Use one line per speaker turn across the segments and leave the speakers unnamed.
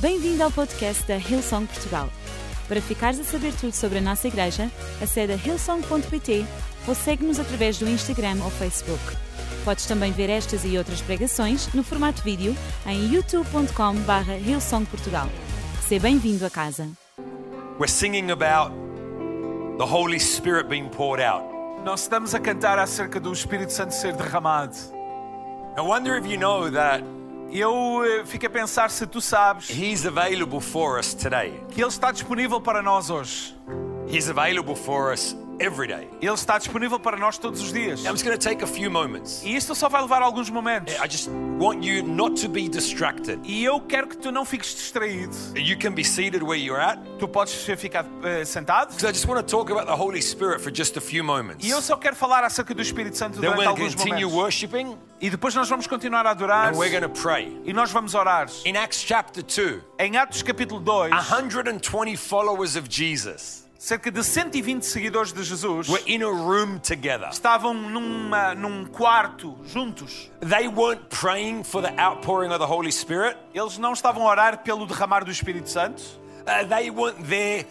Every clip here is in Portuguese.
Bem-vindo ao podcast da Hillsong Portugal. Para ficares a saber tudo sobre a nossa igreja, acede a hillsong.pt ou segue-nos através do Instagram ou Facebook. Podes também ver estas e outras pregações no formato vídeo em youtube.com/barra hillsongportugal. Seja bem-vindo a casa.
We're singing about the Holy Spirit being poured out.
Nós estamos a cantar acerca do Espírito Santo ser derramado.
I wonder if you know that
Eu eh, fico a pensar se tu sabes
He's available for us today.
que Ele está disponível para nós hoje.
He's available for us every day.
Ele está disponível para nós todos os dias.
I'm just going to take a few moments.
E isto só vai levar alguns momentos.
I just want you not to be distracted.
E eu quero que tu não fiques distraído.
You can be seated where you're at
Tu podes ter ficado eh, sentado.
because I just want to talk about the Holy Spirit for just a few moments.
E eu só quero falar acerca do Espírito Santo
Then
durante
we're
alguns
going to continue
momentos.
worshiping
E depois nós vamos continuar a adorar.
and we're going to pray.
E nós vamos orar.
In Acts chapter 2,
Em Atos capítulo 2,
Ah. 120 followers of Jesus
cerca de 120 seguidores de Jesus
were in a room together.
estavam numa, num quarto juntos.
They weren't praying for the outpouring of the Holy Spirit.
Eles não estavam a orar pelo derramar do Espírito Santo.
Uh, they weren't there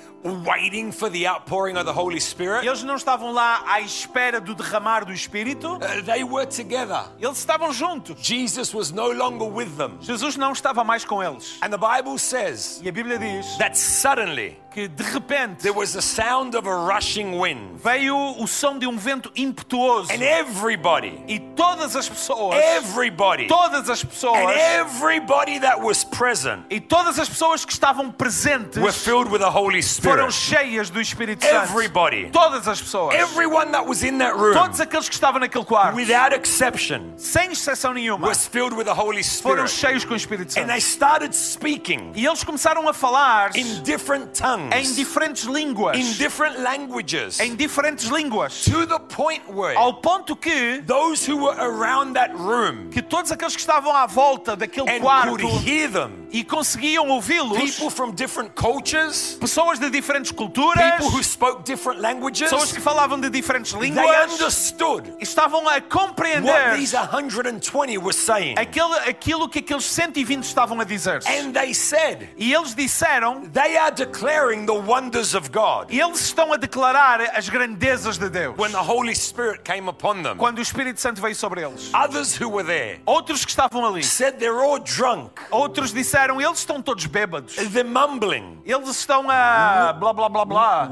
waiting for the outpouring of the Holy Spirit.
Eles não estavam lá à espera do derramar do Espírito.
Uh, they were together.
Eles estavam juntos.
Jesus was no longer with them.
Jesus não estava mais com eles.
And the Bible says
E a Bíblia diz
that suddenly
que de repente
there was the sound of a rushing wind,
veio o som de um vento impetuoso
and everybody,
e todas as pessoas,
everybody,
todas as
and
pessoas
everybody that was present
e todas as pessoas que estavam presentes
were filled with the Holy
foram
Spirit.
cheias do Espírito Santo.
Everybody.
Todas as pessoas.
Everyone that was in that room,
Todos aqueles que estavam naquele quarto,
without exception,
sem exceção nenhuma,
was filled with the Holy
foram
Spirit.
cheios com o Espírito
And
Santo.
they started speaking
E eles começaram a falar
in different
em
tongues.
diferentes línguas.
in different languages
Em diferentes línguas.
to the point where
Ao ponto que,
those who were around that room
que todos aqueles que estavam à volta daquele
and could
quarto
hear them
e conseguiam ouvi-los,
people from different cultures
pessoas de diferentes culturas,
people who spoke different languages
pessoas que falavam de diferentes
Tipo they
línguas,
understood
estavam a
what
compreender
these 120 were saying
aquele, aquilo que aqueles 120 estavam a dizer.
and they said
E eles disseram,
they are declaring the wonders of God
eles estão a declarar as grandezas de Deus.
when the Holy Spirit came upon them
Quando o Espírito Santo veio sobre eles.
others who were there
Outros que estavam ali.
said they're all drunk
Outros disseram, eles estão todos bêbados.
they're mumbling
Eles estão a blá blá blá blá.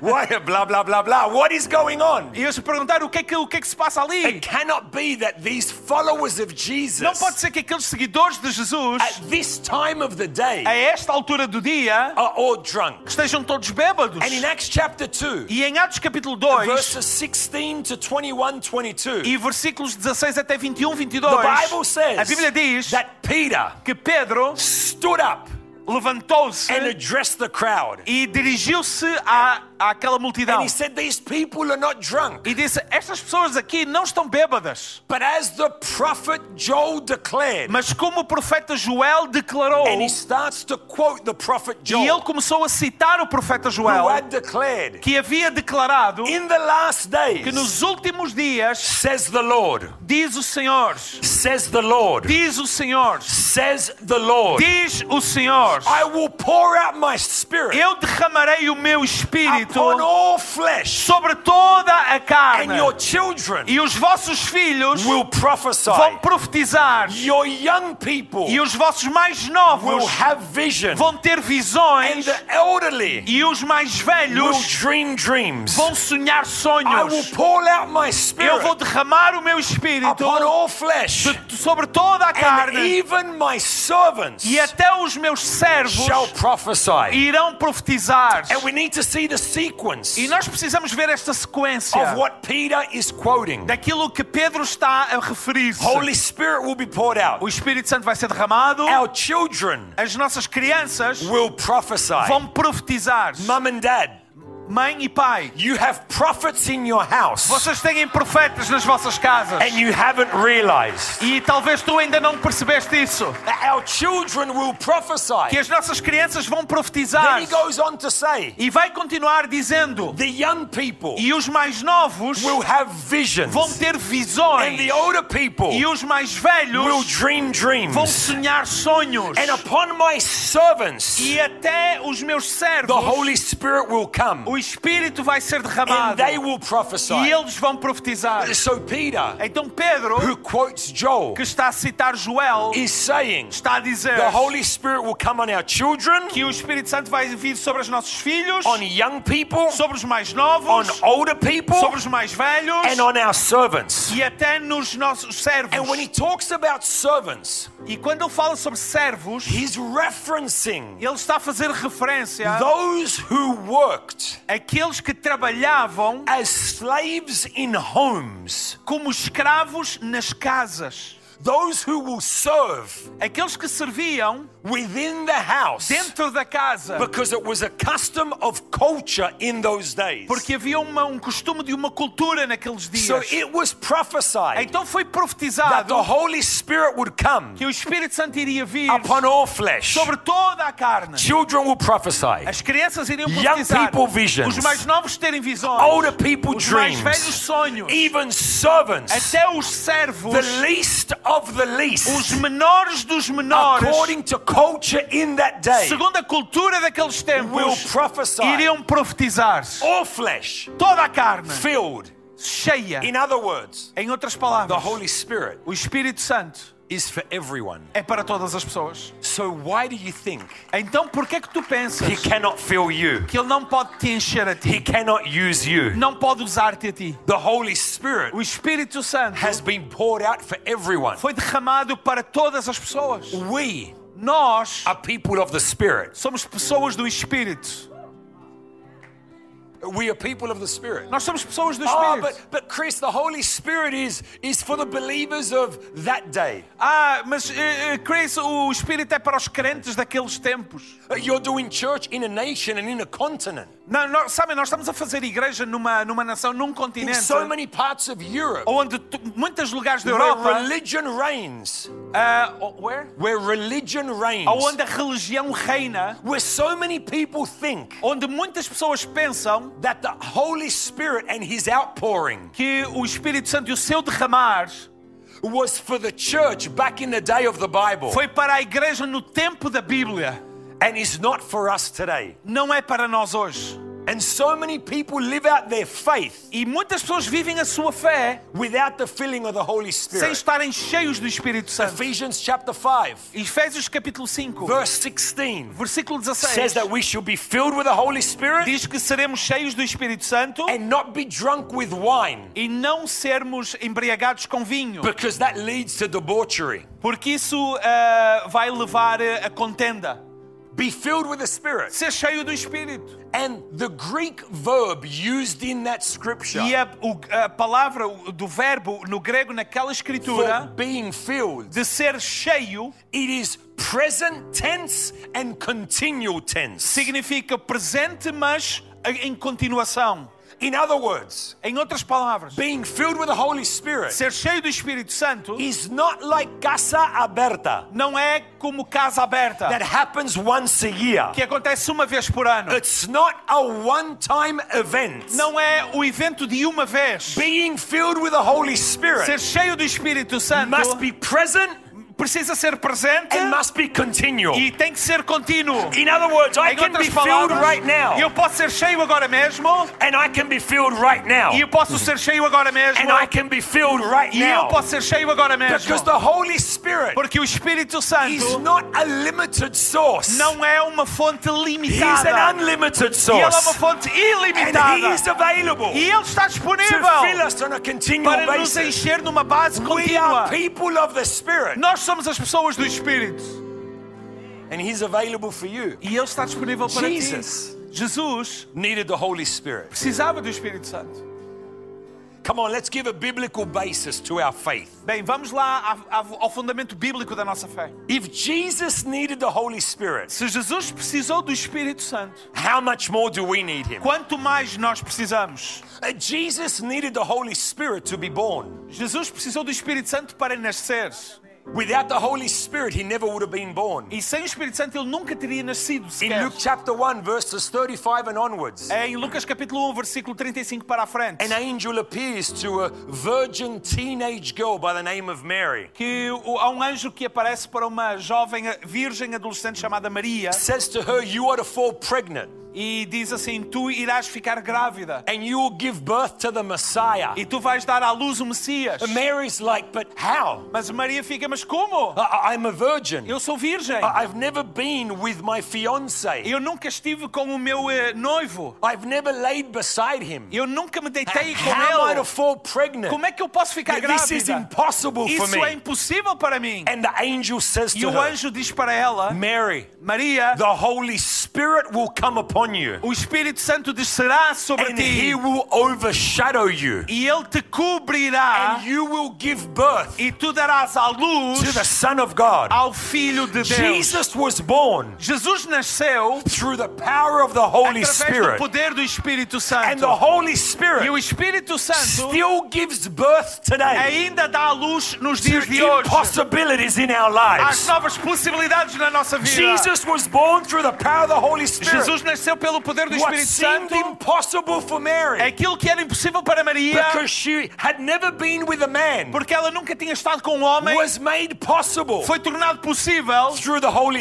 why blah blah blah blah what is going on
E eles se perguntaram o que é que, o que, é que se passa ali.
It cannot be that these followers of
Não pode
Jesus
ser que aqueles seguidores de Jesus,
at this time of the
a
day
esta altura do dia,
are all drunk.
estejam todos bêbados.
And in Acts chapter 2,
E em Atos capítulo 2,
verses 16 to 21, 22, the
e versículos 16 até 21, 22,
Bible
a
says
Bíblia diz
that Peter
que Pedro
stood up
levantou-se
and addressed the crowd.
e dirigiu-se à, àquela
And
multidão.
he said, These people are not drunk.
E disse, estas pessoas aqui não estão bêbadas.
But as the prophet Joel declared,
Mas como o profeta Joel declarou,
and he starts to quote the prophet
e ele
Joel,
começou a citar o profeta
who
Joel,
had declared,
que havia declarado
In the last
que
days,
nos últimos dias
says the Lord,
diz o Senhor,
says the Lord.
diz o Senhor,
says the Lord.
diz o Senhor,
I will pour out my spirit
eu derramarei o meu espírito
upon all flesh,
sobre toda a
and
carne
your children
e os vossos filhos
will
vão
prophesy.
profetizar
Your young people
e os vossos mais
will
novos
have vision,
vão ter
and
visões
the elderly
e os mais
will
velhos
dream dreams.
vão sonhar
I will
sonhos.
pour out my
Eu vou
spirit
derramar o meu espírito
upon all flesh,
de- sobre toda a
and
carne
even my servants
e até os meus servos
shall prophesy.
irão profetizar.
And we need to see the sequence
E nós precisamos ver esta sequência
of what Peter is quoting.
daquilo que Pedro está a referir-se.
Holy É Spirit will be poured out.
O Espírito Santo vai ser derramado,
Our children
as nossas crianças
will prophesy.
vão profetizar.
Mum and dad,
mãe e pai.
You have prophets in your house
Vocês têm profetas nas vossas casas.
and you haven't realized
E talvez tu ainda não percebeste isso.
that our children will
Que
prophesy.
as nossas crianças vão profetizar.
Then he goes on to say,
E vai continuar dizendo.
the young people
E os mais novos
will have
vão
visions,
ter
and the
visões.
older people
E os mais
will
velhos
dream
vão
dreams.
sonhar sonhos.
And upon my servants,
E até os meus
the
servos,
Holy Spirit will come,
o Espírito vai ser
and
derramado.
they will
E
prophesy.
eles vão profetizar.
So Peter,
Então Pedro,
who quotes Joel,
que está a citar Joel,
is saying,
está a dizer
The Holy Spirit will come on our children,
que o Espírito Santo vai vir sobre os nossos filhos,
on young people,
sobre os mais
on
novos,
older people,
sobre os mais velhos
and on our servants.
e até nos nossos servos.
And when he talks about servants,
E quando ele fala sobre servos,
he's referencing
ele está a fazer referência
those who worked
àqueles que trabalhavam
as slaves in homes,
como escravos nas casas,
those who will serve
aqueles que serviam
within the house.
dentro da casa.
Because it was a custom of culture in those days.
Porque havia uma- um costume de uma cultura naqueles dias.
So it was prophesied
então foi
that
profetizado
the Holy Spirit would come
que o Espírito Santo iria vir
upon all flesh.
sobre toda a carne.
Children will prophesy.
As crianças iriam
Young
profetizar.
people visions.
Os mais novos terem visões.
Older people
os mais velhos
dreams.
sonhos.
Even servants.
Até os
The
servos,
least of the
os
least.
menores dos menores,
According to culture in that day.
segundo a cultura daqueles
Will
tempos,
prophesy.
iriam profetizar.
All flesh
Toda a carne
filled.
cheia.
In other words,
Em outras
the
palavras,
Holy Spirit
o Espírito Santo
is for everyone.
é para todas as pessoas.
So why do you think
Então, por que é que tu pensas
He cannot fill you?
que ele não pode te encher a
He
ti?
cannot use you.
Não pode usar-te a ti?
The Holy Spirit
O Espírito Santo
has been poured out for everyone.
foi derramado para todas as pessoas.
We
Nós
are people of the Spirit.
somos pessoas do Espírito.
We are people of the Spirit.
Nós somos pessoas do
Ah,
Espírito.
but, but Chris, the Holy Spirit is, is for the believers of that day.
Ah, mas eh, eh, Chris, o Espírito é para os crentes daqueles tempos.
Uh, You're doing church in a nation and in a continent.
Não, não, sabem, nós estamos a fazer igreja numa, numa nação, num
In
continente,
so many parts of Europe,
onde tu- muitos lugares da
where
Europa,
religion reigns,
ah, o- where?
where religion reigns,
onde a religião reina,
where so many people think
onde muitas pessoas pensam
that the Holy Spirit and His outpouring
que o Espírito Santo e o seu derramar
was for the church back in the day of the Bible
foi para a igreja no tempo da Bíblia.
and is not for us today.
Não é para nós hoje.
And so many people live out their faith
E muitas pessoas vivem a sua fé
without the filling of the Holy
sem
Spirit.
estarem cheios do Espírito Santo.
Ephesians chapter 5,
Efésios capítulo 5,
verse 16
versículo
says
16,
that we should be filled with the Holy Spirit
diz que seremos cheios do Espírito Santo
and not be drunk with wine
e não sermos embriagados com vinho,
because that leads to debauchery.
porque isso ah, vai levar ah, a contenda.
Be filled with the Spirit.
Ser cheio do Espírito.
And the Greek verb used in that scripture
E a, o- a palavra o- do verbo no grego naquela
for
escritura
being filled,
de ser cheio
it is present tense and continual tense.
significa presente, mas em continuação.
In other words,
Em outras palavras,
being filled with the Holy Spirit
ser cheio do Espírito Santo
is not like casa aberta
não é como casa aberta.
that happens once a year.
que acontece uma vez por ano.
It's not a one-time event.
Não é o evento de uma vez.
Being filled with the Holy
Ser
Spirit
cheio do Espírito Santo
must be present
precisa ser presente
and must be continual.
e tem que ser contínuo.
In other words, I
Em
can be
outras
filled
palavras,
right now
eu posso ser cheio agora mesmo
and I can be filled right
e
now
eu posso ser cheio agora mesmo
and I can be filled right
e eu
now
posso ser cheio agora mesmo.
because the Holy Spirit
Porque o Espírito
He's
Santo
not a limited source.
não é uma fonte
He's an
limitada.
unlimited
Ele é uma
source.
fonte
And He is
ilimitada.
available
E ele está
to fill
disponível
us on a continual
para nos
basis.
encher numa base
We are
contínua.
people of the Spirit,
Nós somos as pessoas do Espírito.
and He's available for you.
E ele está disponível para
Jesus.
ti. Jesus
Needed the Holy Spirit.
precisava do Espírito Santo.
Come on, let's give a biblical basis to our faith.
Bem, vamos lá à- à- ao fundamento bíblico da nossa fé.
If Jesus needed the Holy Spirit,
Se Jesus precisou do Espírito Santo,
how much more do we need Him?
quanto mais nós precisamos?
Uh, Jesus needed the Holy Spirit to be born.
Jesus precisou do Espírito Santo para nascer.
Without the Holy Spirit, He never would have been born.
E sem o Espírito Santo ele nunca teria nascido
In
sequer.
Luke chapter 1, verses 35 and onwards,
É em Lucas capítulo 1, versículo 35 para a frente,
an angel appears to a virgin teenage girl by the name of Mary.
que o- há um anjo que aparece para uma jovem eh, virgem adolescente chamada Maria
Says to her, You are to fall pregnant,
e diz assim: Tu irás ficar grávida
and you will give birth to the Messiah.
e tu vais dar à luz o Messias.
And Mary's like, But how?
Mas Maria fica: Mas como?
I- I- I'm a virgin.
Eu sou virgem.
I- I've never been with my fiance.
Eu nunca estive com o meu eh, noivo.
I've never laid beside him.
Eu nunca me deitei com
Ah, How am I to
ele.
fall pregnant?
Como é que eu posso ficar
This is
grávida?
impossible for
Isso é
me.
impossível para mim.
And the angel says
E
to
o
her,
anjo diz para ela:
Mary,
Maria,
the Holy Spirit will come upon you,
o Espírito Santo descerá sobre
and he
ti
will overshadow you,
e ele te cobrirá
and you will give birth
e tu darás à luz
to the Son of God.
ao Filho de Deus.
Jesus was born
Jesus nasceu
through the power of the Holy
através do
Spirit,
poder do Espírito
and the
Santo.
Holy
E o
Spirit
Espírito Santo
still gives birth today
ainda dá à luz nos dias de
to
hoje.
impossibilities in our
As
lives.
novas possibilidades na nossa vida.
Jesus was born through the power of the Holy Spirit.
Jesus nasceu pelo poder do
What
Espírito
seemed
Santo.
impossible for Mary.
É aquilo que era impossível para Maria,
because she had never been with a man
porque ela nunca tinha estado com um homem,
was made possible
foi tornado possível
through the Holy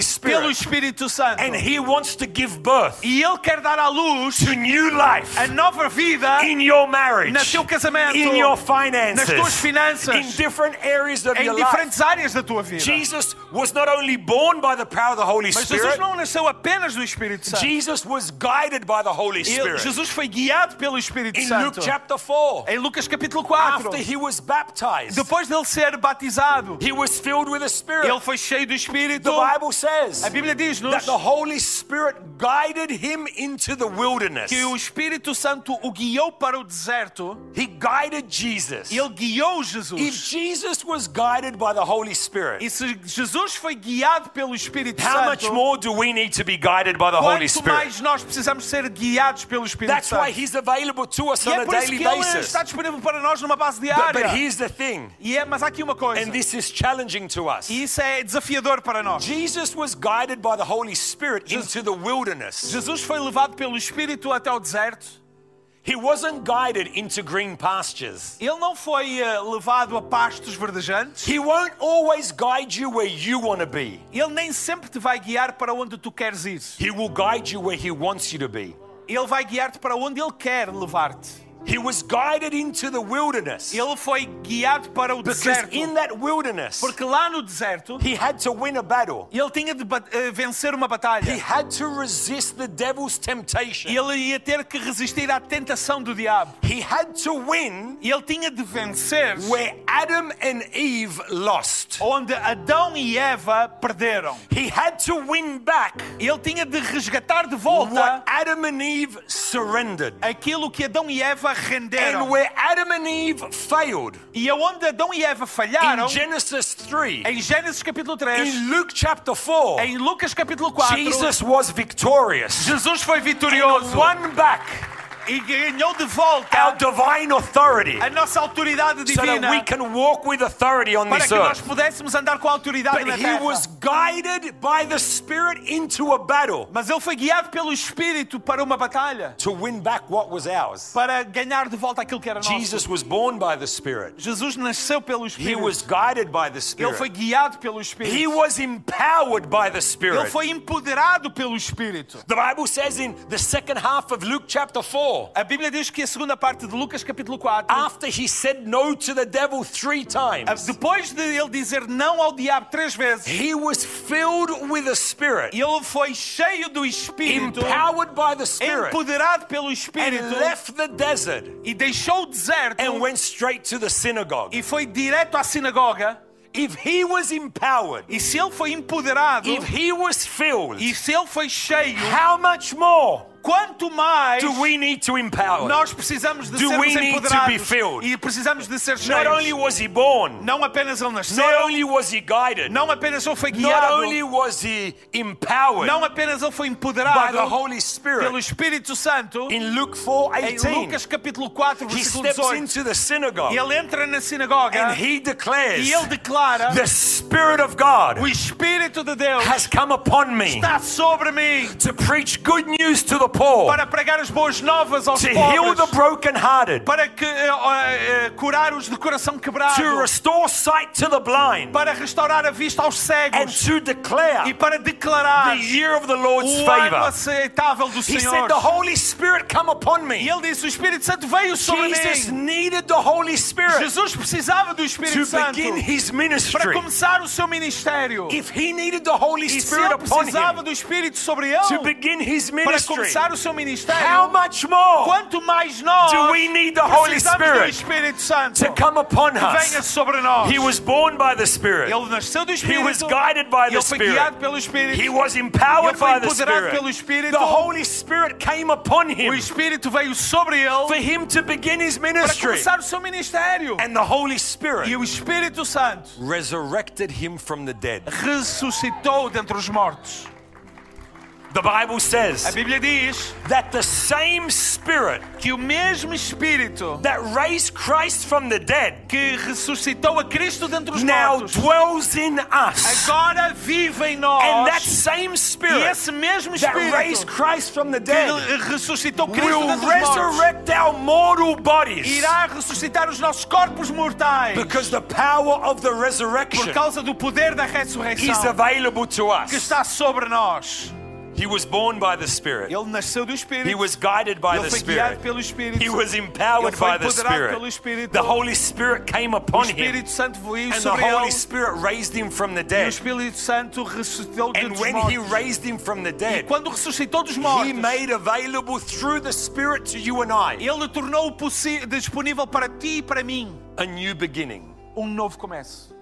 Spirit.
pelo Espírito Santo.
And He wants to give birth
E Ele quer dar à luz
to new life
a nova vida
in your marriage,
no teu casamento,
in your
nas tuas
finances, in
finanças,
different areas of
em
your life.
diferentes áreas da tua vida.
Jesus was not only born by the power of the Holy
Mas Jesus
Spirit,
não nasceu apenas do Espírito Santo.
Jesus was guided by the Holy
Ele,
Spirit.
Jesus foi guiado pelo Espírito
In Luke
Santo.
chapter 4,
Em Lucas capítulo 4,
after He was baptized,
depois dele ser batizado,
He was filled with the Spirit.
ele foi cheio do Espírito.
The Bible
A
says
Bíblia
that
diz-nos
the Holy Spirit guided him into the wilderness.
que o Espírito Santo o guiou para o deserto.
He guided Jesus.
Ele guiou
If
Jesus.
Jesus was guided by the Holy
E
Spirit,
se Jesus foi guiado pelo Espírito
how much
Santo,
more do we need to be guided by the Holy
quanto
Spirit?
mais nós precisamos ser guiados pelo Espírito
That's
Santo.
why He's available to us
e
on
é
a
por isso
daily
que ele
basis.
está disponível para nós numa base
But,
diária.
but here's the thing,
e é, mas há aqui uma coisa.
and this is challenging to us.
e isso é desafiador para nós.
Jesus was guided by the Holy Spirit into the wilderness.
Jesus foi levado pelo Espírito até o deserto.
He wasn't guided into green pastures.
Ele não foi eh, levado a pastos verdejantes.
He won't always guide you where you want to be.
Ele nem sempre te vai guiar para onde tu queres ir.
He will guide you where He wants you to be.
Ele vai guiar-te para onde ele quer levar-te.
He was guided into the wilderness
Ele foi guiado para o
because
deserto.
in that wilderness,
Porque lá no deserto,
He had to win a battle.
ele tinha de ba- eh, vencer uma
He
batalha.
had to resist the devil's temptation.
Ele ia ter que resistir à tentação do diabo.
He had to win
Ele tinha de vencer
where Adam and Eve lost.
onde Adão e Eva perderam.
He had to win back
Ele tinha de resgatar de
what
volta
Adam and Eve surrendered.
aquilo que Adão e Eva
And
renderam.
where Adam and Eve failed
E aonde Adão e Eva falharam,
in Genesis 3,
em Gênesis capítulo 3,
in Luke chapter 4,
em Lucas capítulo 4,
Jesus was victorious.
Jesus foi
And
vitorioso
won back
e ganhou de
our
volta
divine authority
a nossa autoridade
so that we
divina.
can walk with authority on
para
this
que nós
earth.
pudéssemos andar com a autoridade
But
na
he
terra.
was guided by the Spirit into a battle
Mas ele foi guiado pelo Espírito para uma batalha,
to win back what was ours.
para ganhar de volta aquilo que era nosso.
Jesus was born by the Spirit,
Jesus nasceu pelo
he
Espírito.
was guided by the
Ele foi
Spirit,
guiado pelo
he
Espírito.
was empowered by the
Ele
Spirit.
foi empoderado pelo Espírito.
The Bible says in the second half of Luke chapter 4,
A Bíblia diz que a segunda parte de Lucas capítulo 4,
after he said no to the devil three
a-
times,
Ah, depois de ele dizer não ao diabo três vezes,
he was filled with the Spirit,
ele foi cheio do Espírito,
empowered by the Spirit,
empoderado pelo
and
Espírito
left the desert
e deixou o deserto
and went straight to the synagogue.
e foi direto à sinagoga.
If he was empowered,
E se ele foi empoderado,
if he was filled,
E se ele foi cheio,
how much more
Quanto mais
do we need to empower?
nós precisamos de
Do we need
sermos
to be
empoderados
filled?
e precisamos de ser
Not only
cheios.
was he born,
Não apenas ele
not
nasceu,
only was he guided,
não apenas ele foi
not
guiado,
only was he empowered
não apenas ele foi
by
empoderado
the Holy
pelo
Spirit.
Espírito Santo.
In Luke 4
Em
18,
Lucas capítulo 4,
he
versículo
steps
18,
into the synagogue
ele entra na sinagoga
and he declares,
e ele declara:
The Spirit of God
O Espírito de Deus
has come upon me
está sobre mim
to preach good news to the poor,
para pregar as boas novas aos
to heal
pobres,
the brokenhearted,
para que, eh, eh, curar os de coração quebrado,
to restore sight to the blind,
para restaurar a vista aos
and
cegos
to
e
declare
para declarar
the year of the Lord's
o ano
favor.
aceitável do
He
Senhor.
said, The Holy Spirit come upon
E
me.
ele disse: O Espírito Santo veio sobre
Jesus
mim.
needed the Holy Spirit
Jesus precisava do Espírito
to
Santo
begin his
para
ministry.
começar o seu ministério.
If he needed the Holy
E se
Spirit
ele
upon
precisava
him
do Espírito sobre
to
ele
begin his
para
ministry,
começar o seu ministério,
how much more
quanto mais nós
do we need the Holy
precisamos
Spirit
do Espírito Santo
to come upon
que venha
us?
sobre nós.
He was born by the Spirit.
Ele nasceu do
He
Espírito.
was guided by the
ele foi
Spirit.
guiado pelo Espírito.
He was
ele
empowered
foi
by the
empoderado
Spirit.
pelo Espírito.
The Holy Spirit came upon
o
him
Espírito veio sobre
for
ele
him to begin his
para
ministry.
começar o seu ministério.
And the Holy Spirit
E o Espírito Santo
resurrected him from the dead.
ressuscitou dentre os mortos.
The Bible
A
says
Bíblia diz
that the same Spirit
que o mesmo Espírito
that raised Christ from the dead
que ressuscitou a Cristo dentre os
now
mortos
dwells in us.
agora vive em nós.
And that same
e
Spirit
esse mesmo
that
Espírito
raised Christ from the dead
que ressuscitou Cristo
will
dentre os mortos
resurrect our mortal bodies
irá ressuscitar os nossos corpos mortais
because the power of the resurrection
por causa do poder da
is
ressurreição
available to
que
us.
está sobre nós.
He was born by the Spirit.
Ele nasceu do Espírito.
He was guided by
ele
the
foi guiado
Spirit.
pelo Espírito.
He was
Ele
empowered
foi
by the
empoderado pelo
Spirit.
Espírito.
The Holy Spirit came
o
upon him,
Espírito Santo veio
and the
sobre ele.
Holy Spirit raised him from the
E o
dead.
Espírito Santo ressuscitou
And
dos
when
mortos.
he raised him from the
e
dead,
quando ressuscitou dos
he
mortos,
made available through the Spirit to you and I
ele tornou possi- disponível para ti e para mim
a new beginning.
um novo começo.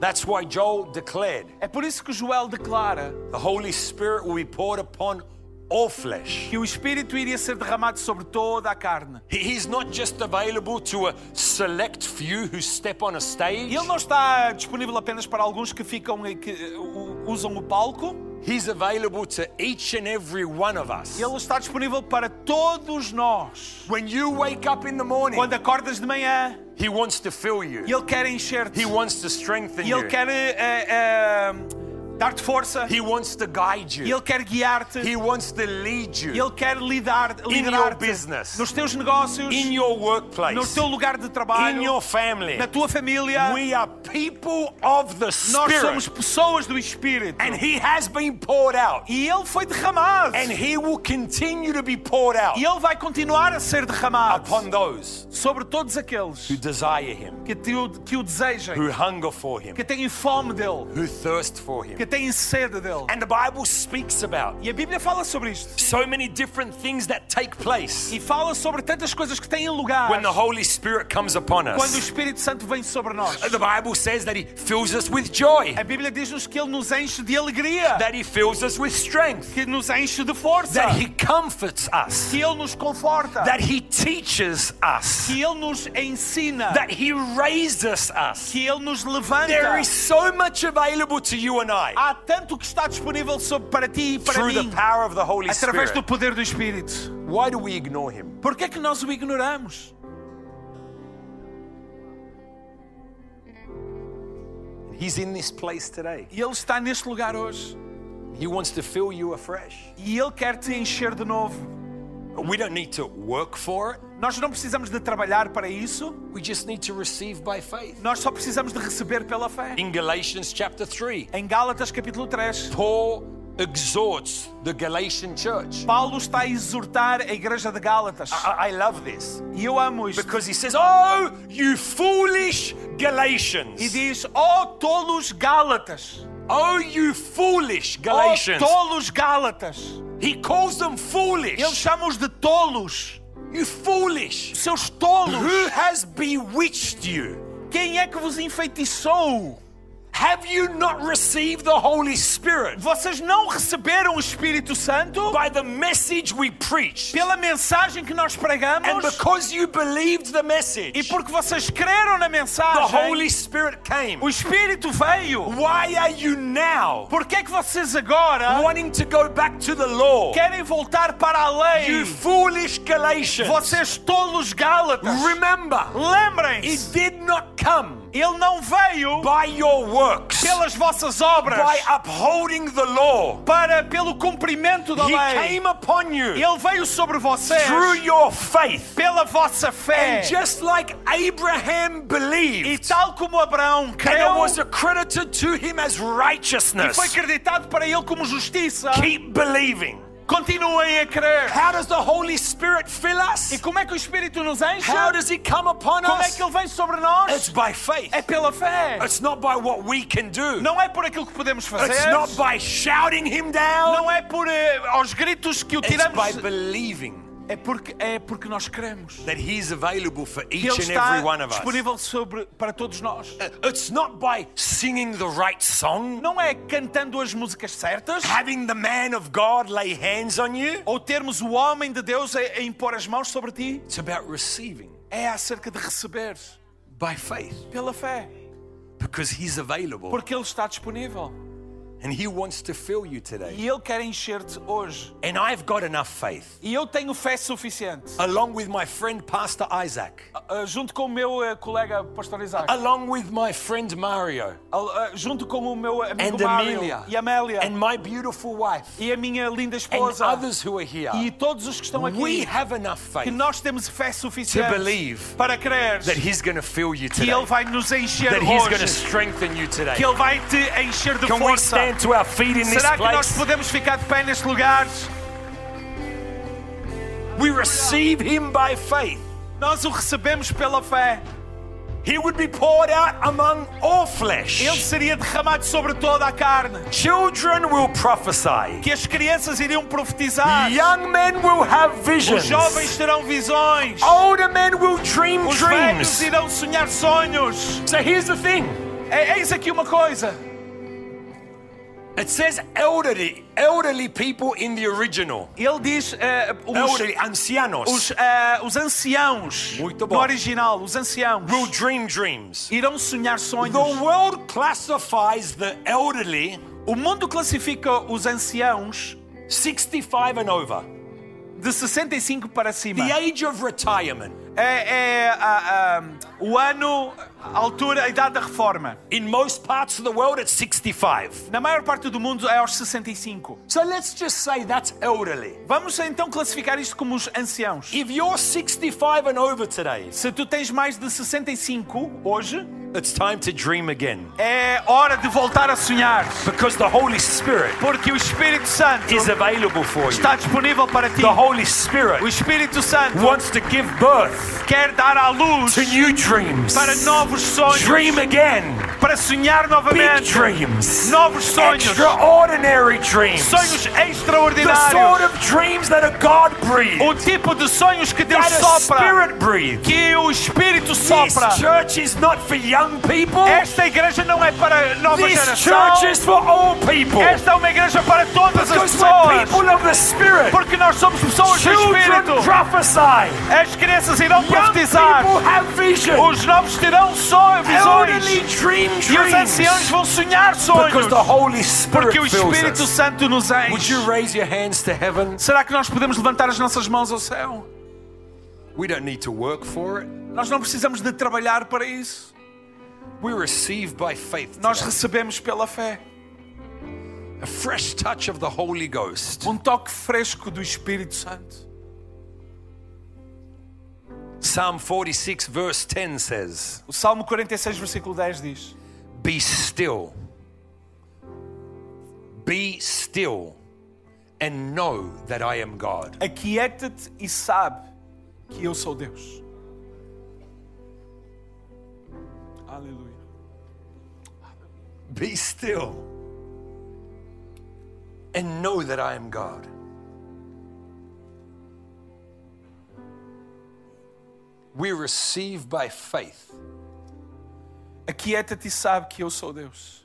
That's why Joel declared,
É por isso que Joel declara
The Holy Spirit will be poured upon all flesh.
que o Espírito iria ser derramado sobre toda a carne.
He- He's not just available to a select few who step on a stage.
E Ele não está disponível apenas para alguns que ficam e que eh, u- usam o palco.
He's available to each and every one of us.
Ele está disponível para todos nós.
When you wake up in the morning,
Quando acordas de manhã,
He wants to fill you.
Ele quer encher-te.
He wants to strengthen
E Ele
you.
quer eh, eh, dar-te força.
He wants to guide
E
you.
Ele quer guiar-te.
He wants to lead
E
you
Ele quer lidar,
your
liderar-te
business.
nos teus negócios,
in your
no
workplace,
teu lugar de
in
trabalho,
your family.
na tua família.
We are people of the
Nós somos
Spirit,
pessoas do Espírito.
and He has been poured out,
E Ele foi derramado.
and He will continue to be poured out
E Ele vai continuar a ser derramado
upon those
sobre todos aqueles
who desire Him,
que, te o, que o desejem,
who hunger for Him,
que têm fome dele,
who thirst for Him.
que têm sede dele.
And the Bible speaks about
E a Bíblia fala sobre isto.
so many different things that take place
E fala sobre tantas coisas que têm lugar
when the Holy Spirit comes upon
quando o
us.
Espírito Santo vem sobre nós.
The Bible says that He fills us with joy,
A Bíblia diz-nos que Ele nos enche de alegria,
that He fills us with strength,
que nos enche de força,
that He comforts us,
que Ele nos conforta,
that He teaches us,
que Ele nos ensina,
that He raises us.
que Ele nos levanta.
There is so much available to you and I
Há tanto que está disponível sobre- para ti e para
through the
mim
power of the Holy
através do
Spirit.
poder do Espírito.
Why do we ignore Him?
Por que é que nós o ignoramos?
He's in this place today.
E Ele está neste lugar hoje
He wants to fill you afresh.
e Ele quer te encher de novo.
We don't need to work for it,
Nós não precisamos de trabalhar para isso,
we just need to receive by faith.
nós só precisamos de receber pela fé.
In Galatians chapter 3,
Em Gálatas capítulo 3,
Paul exhorts the Galatian church.
Paulo está a exortar a igreja de Gálatas.
I, I love this
E eu amo isto.
because he says, Oh, you foolish
E
Galatians!
diz: "Ó tolos Gálatas,
Oh, you foolish
ó
Galatians!
tolos Gálatas".
He calls them foolish.
Ele chama-os de tolos,
You foolish!
seus tolos.
Who has bewitched you?
Quem é que vos enfeitiçou?
Have you not received the Holy Spirit
Vocês não receberam o Espírito Santo
by the message we preached?
pela mensagem que nós
And
pregamos
because you believed the
e
message, the
porque vocês creram na mensagem,
Holy Spirit came.
o Espírito veio.
Why are you now
Por que é que vocês agora
wanting to go back to the law?
querem voltar para a
You
lei?
foolish Galatians.
Vocês tolos gálatas.
Remember, it
Lembrem-se,
did not come
ele não veio
by your works,
pelas vossas obras,
by upholding the law.
para pelo cumprimento da
He
lei.
came upon you
Ele veio sobre vocês
through your faith.
pela vossa fé.
And just like Abraham
E
believed,
tal como Abraão
and it
creu
was accredited to him as
e
righteousness,
foi acreditado para ele como justiça,
keep believing.
continuem a crer.
uh, How does the Holy Spirit fill
E
us?
como é que o Espírito nos enche?
How does He come upon
Como é que
us?
ele vem sobre
It's
nós?
by faith.
É pela fé.
It's not by what we can do.
Não é por aquilo que podemos
It's
fazer.
not by shouting Him down.
Não é por eh, aos gritos que o
It's by
tiramos.
believing
É porque, é porque nós queremos.
that He's available for
Que
each
ele
and every
está
one of us.
disponível sobre, para todos nós.
It's not by singing the right song,
Não é cantando as músicas certas
having the man of God lay hands on you.
ou termos o homem de Deus a, a impor as mãos sobre ti.
It's about receiving
É acerca de receberes
by faith
pela fé.
because He's available
Porque Ele está disponível.
and He wants to fill you today.
E Ele quer encher-te hoje.
And I've got enough faith,
E eu tenho fé suficiente.
along with my friend Pastor Isaac,
Uh, junto com o meu uh, colega Pastor Isaac.
along with my friend Mario,
Al- uh, junto com o meu amigo
and
Mário
Amelia,
e Amélia.
and my beautiful wife,
e a minha linda
and
esposa.
others who are here.
E todos os que estão
We
aqui.
have enough
Que
faith
nós temos fé suficiente
To believe
para crer
that
que
He's going to fill you
Ele
today,
vai nos encher
that He's going to
hoje.
strengthen you today.
Que Ele vai te encher de
Can we
força.
stand to our feet in this
Será que nós
place?
podemos ficar de pé neste lugar?
We receive Him by faith.
Nós o recebemos pela fé.
He would be poured out among all flesh.
Ele seria derramado sobre toda a carne.
Children will prophesy.
Que as crianças iriam profetizar.
Young men will have
Os
visions.
jovens terão visões.
Older men will dream
Os velhos
dreams.
irão sonhar sonhos.
So here's the thing.
É, eis aqui uma coisa.
It says elderly, elderly people in the original.
Ele diz eh, os,
Elderly, ancianos,
os, eh, os anciãos
Muito bom.
no original, os anciãos
will dream dreams.
irão sonhar sonhos.
The world classifies the elderly
O mundo classifica os anciãos
65 and over.
de 65 para cima.
The age of retirement.
É, é a- a- o ano, a altura, a idade da reforma.
In most parts of the world, it's 65.
Na maior parte do mundo é aos 65.
So let's just say that's elderly.
Vamos então classificar isto como os anciãos.
If you're 65 and over today,
Se tu tens mais de 65 hoje,
it's time to dream again.
é hora de voltar a sonhar.
Because the Holy Spirit
Porque o Espírito Santo
is available for you.
está disponível para ti.
The Holy
O
Spirit
Espírito Santo
wants to give birth
quer dar à luz
to new dreams.
para novos sonhos,
Dream again.
para sonhar
Big
novamente,
dreams.
novos sonhos,
Extraordinary dreams.
sonhos
The sort
extraordinários,
of dreams that a God breathes.
o tipo de sonhos que Deus
That a
sopra,
Spirit breathes.
que o Espírito
This
sopra.
church is not for young people.
Esta igreja não é para a nova
This
geração,
church is for all people.
esta é uma igreja para todas as
Because we're
pessoas,
people of the Spirit.
porque nós somos pessoas do
Children
Espírito.
prophesy.
As crianças irão
Young
profetizar,
people have vision.
os novos terão sonhos,
Elderly
visões,
dream
e os anciãos
dreams.
vão sonhar
Because
sonhos.
the Holy Spirit
Porque o
fills
Espírito
us.
Santo nos
Would
enche.
you raise your hands to heaven?
Será que nós podemos levantar as nossas mãos ao céu?
We don't need to work for it.
Nós não precisamos de trabalhar para isso.
We receive by faith
Nós
today
recebemos pela fé
a fresh touch of the Holy Ghost.
um toque fresco do Espírito Santo.
Psalm 46, verse 10 says,
O Salmo 46, versículo 10 diz:
Be still. Be still and know that I am God.
Aquieta-te e sabe que eu sou Deus. Aleluia.
Be still and know that I am God. We receive by faith
Aquieta-te e sabe que eu sou Deus.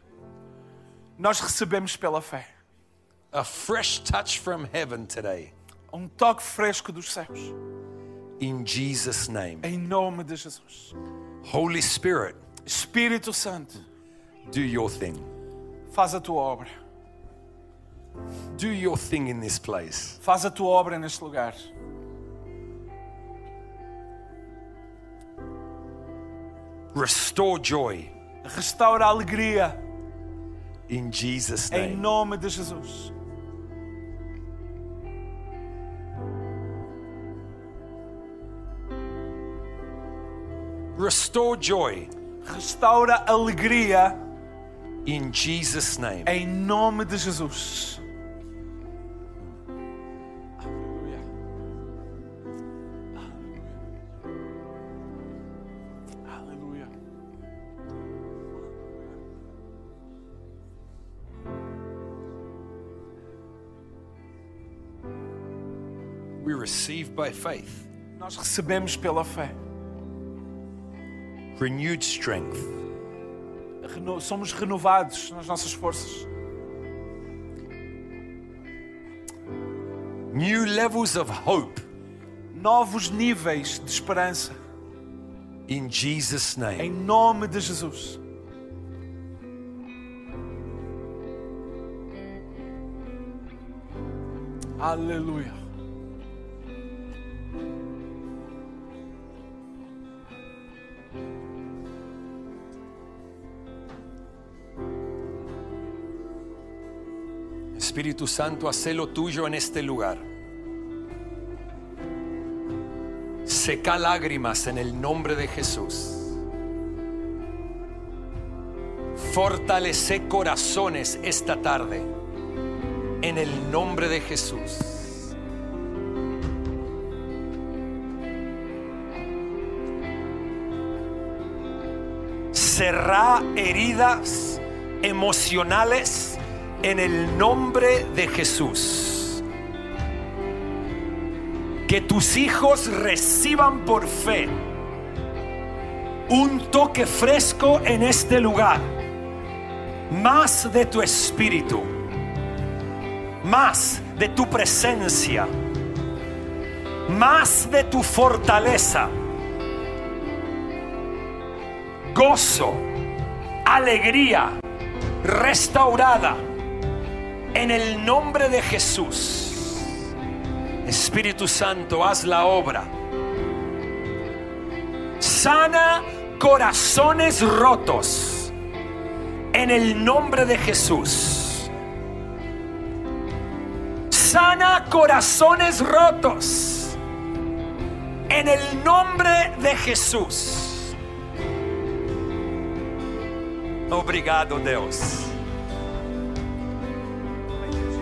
Nós recebemos pela fé
a fresh touch from heaven today.
um toque fresco dos céus,
In Jesus' name.
em nome de Jesus.
Holy Spirit,
Espírito Santo,
do your thing.
faz a tua obra,
Do your thing in this place.
faz a tua obra neste lugar.
Restore joy
Restaura a alegria,
in Jesus'
em
name.
nome de Jesus.
Restore joy
Restaura a alegria,
in Jesus' name.
em nome de Jesus. Aleluia.
We receive by faith
Nós recebemos pela fé.
renewed strength,
Reno- Somos renovados nas nossas forças.
new levels of hope
Novos níveis de esperança.
in Jesus'
Em
name.
nome de Jesus. Aleluia.
Espíritu Santo, haz lo tuyo en este lugar. Seca lágrimas en el nombre de Jesús. Fortalece corazones esta tarde en el nombre de Jesús. Cerrá heridas emocionales en el nombre de Jesús. Que tus hijos reciban por fe un toque fresco en este lugar. Más de tu espíritu. Más de tu presencia. Más de tu fortaleza. Gozo. Alegría restaurada en el nombre de Jesús. Espíritu Santo, haz la obra. Sana corazones rotos en el nombre de Jesús. Sana corazones rotos en el nombre de Jesús. Obrigado, Deus.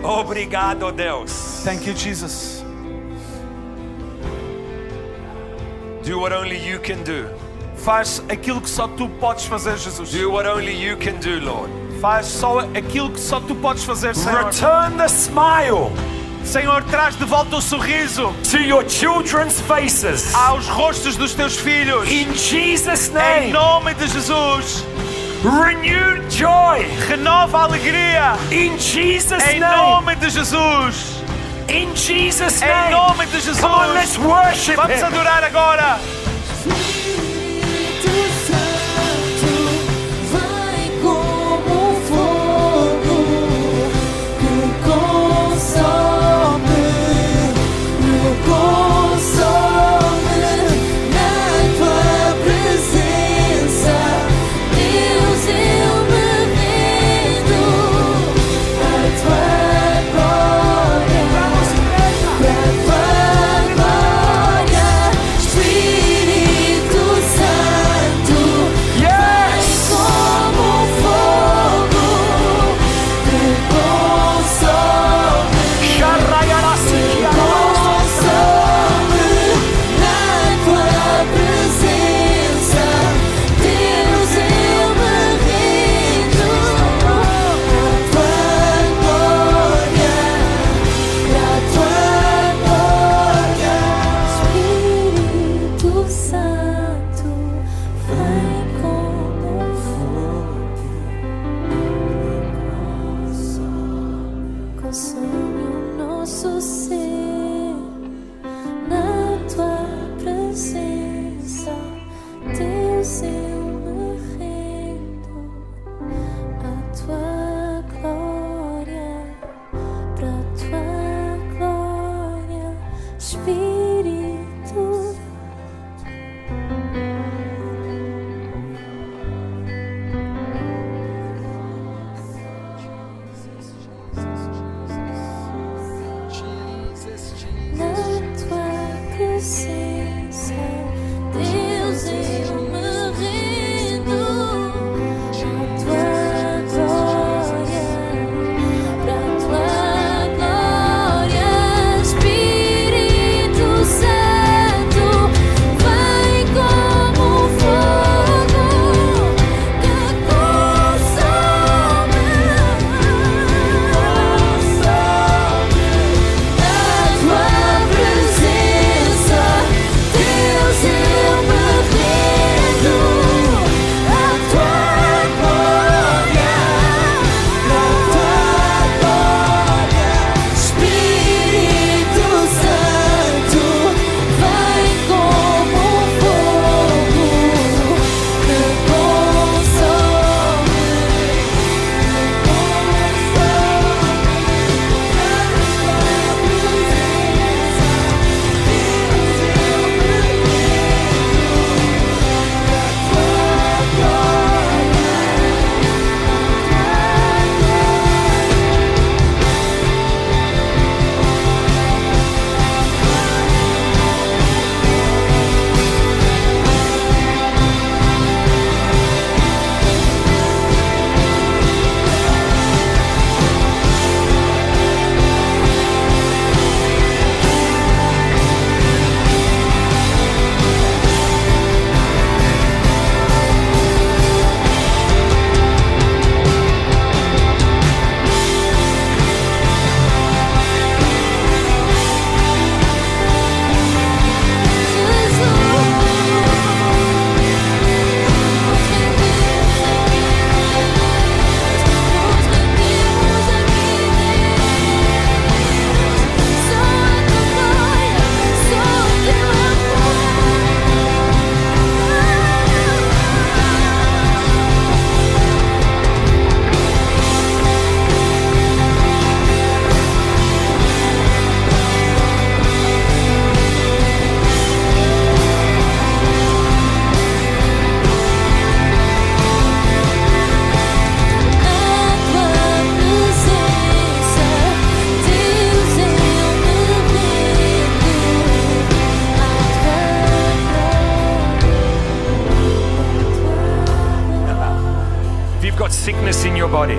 Obrigado, Deus.
Thank you, Jesus.
Do what only you can do.
Faz aquilo que só tu podes fazer, Jesus.
Do what only you can do, Lord.
Faz só aquilo que só tu podes fazer, Senhor.
Return the smile
Senhor, traz de volta o sorriso
to your children's faces.
aos rostos dos teus filhos.
In Jesus'
Em
name,
nome de Jesus,
renewed joy.
renova a alegria.
In Jesus' name,
Em nome de Jesus,
in Jesus'
em
name.
nome de
Come on, let's
Jesus.
worship
Vamos
Him.
adorar agora.
Espírito Santo, vai como fogo que consome, me consome na tua presença, Deus eu me rendo a tua glória, pra tua glória. Espírito Santo, descanso no nosso ser, na tua presença, Deus, eu me rendo à tua glória, pra tua glória, Espírito. Na tua presença, Deus, eu me rendo à tua glória, pra tua glória, Espírito Santo, vem como fogo que consome. Na tua presença, Deus, eu me rendo à tua glória, à tua glória. Espírito Santo, vai como fogo que consome, consome. Na tua presença, Deus, eu me rendo à
If you've got sickness in your body,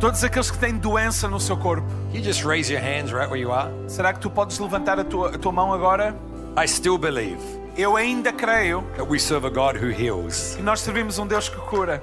Todos aqueles que têm doença no seu corpo,
you just raise your hands right where you are.
será que tu podes levantar a tua, a tua mão agora?
I still believe
Eu ainda creio
that we serve a God who heals.
que nós servimos um Deus que cura.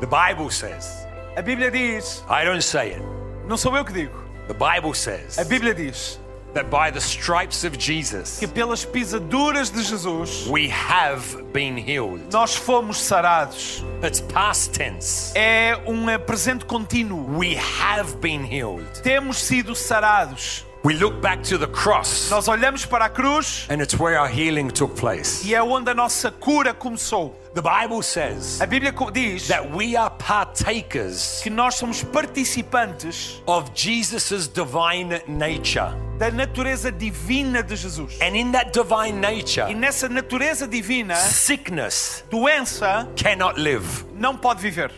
The Bible says,
A Bíblia diz,
I don't say it,
não sou eu que digo,
the Bible
a
says
Bíblia diz
that by the stripes of Jesus,
que pelas pisaduras de Jesus
we have been healed.
nós fomos sarados.
It's past tense.
É um eh, presente contínuo.
We have been healed.
Temos sido sarados.
We look back to the cross,
Nós olhamos para a cruz
and it's where our healing took place.
e é onde a nossa cura começou.
The Bible says
A Bíblia co- diz
that we are partakers
que nós somos participantes
of Jesus' divine nature.
da natureza divina de Jesus.
And in that divine
E
nature,
nessa natureza divina,
sickness
doença
cannot live.
não pode viver.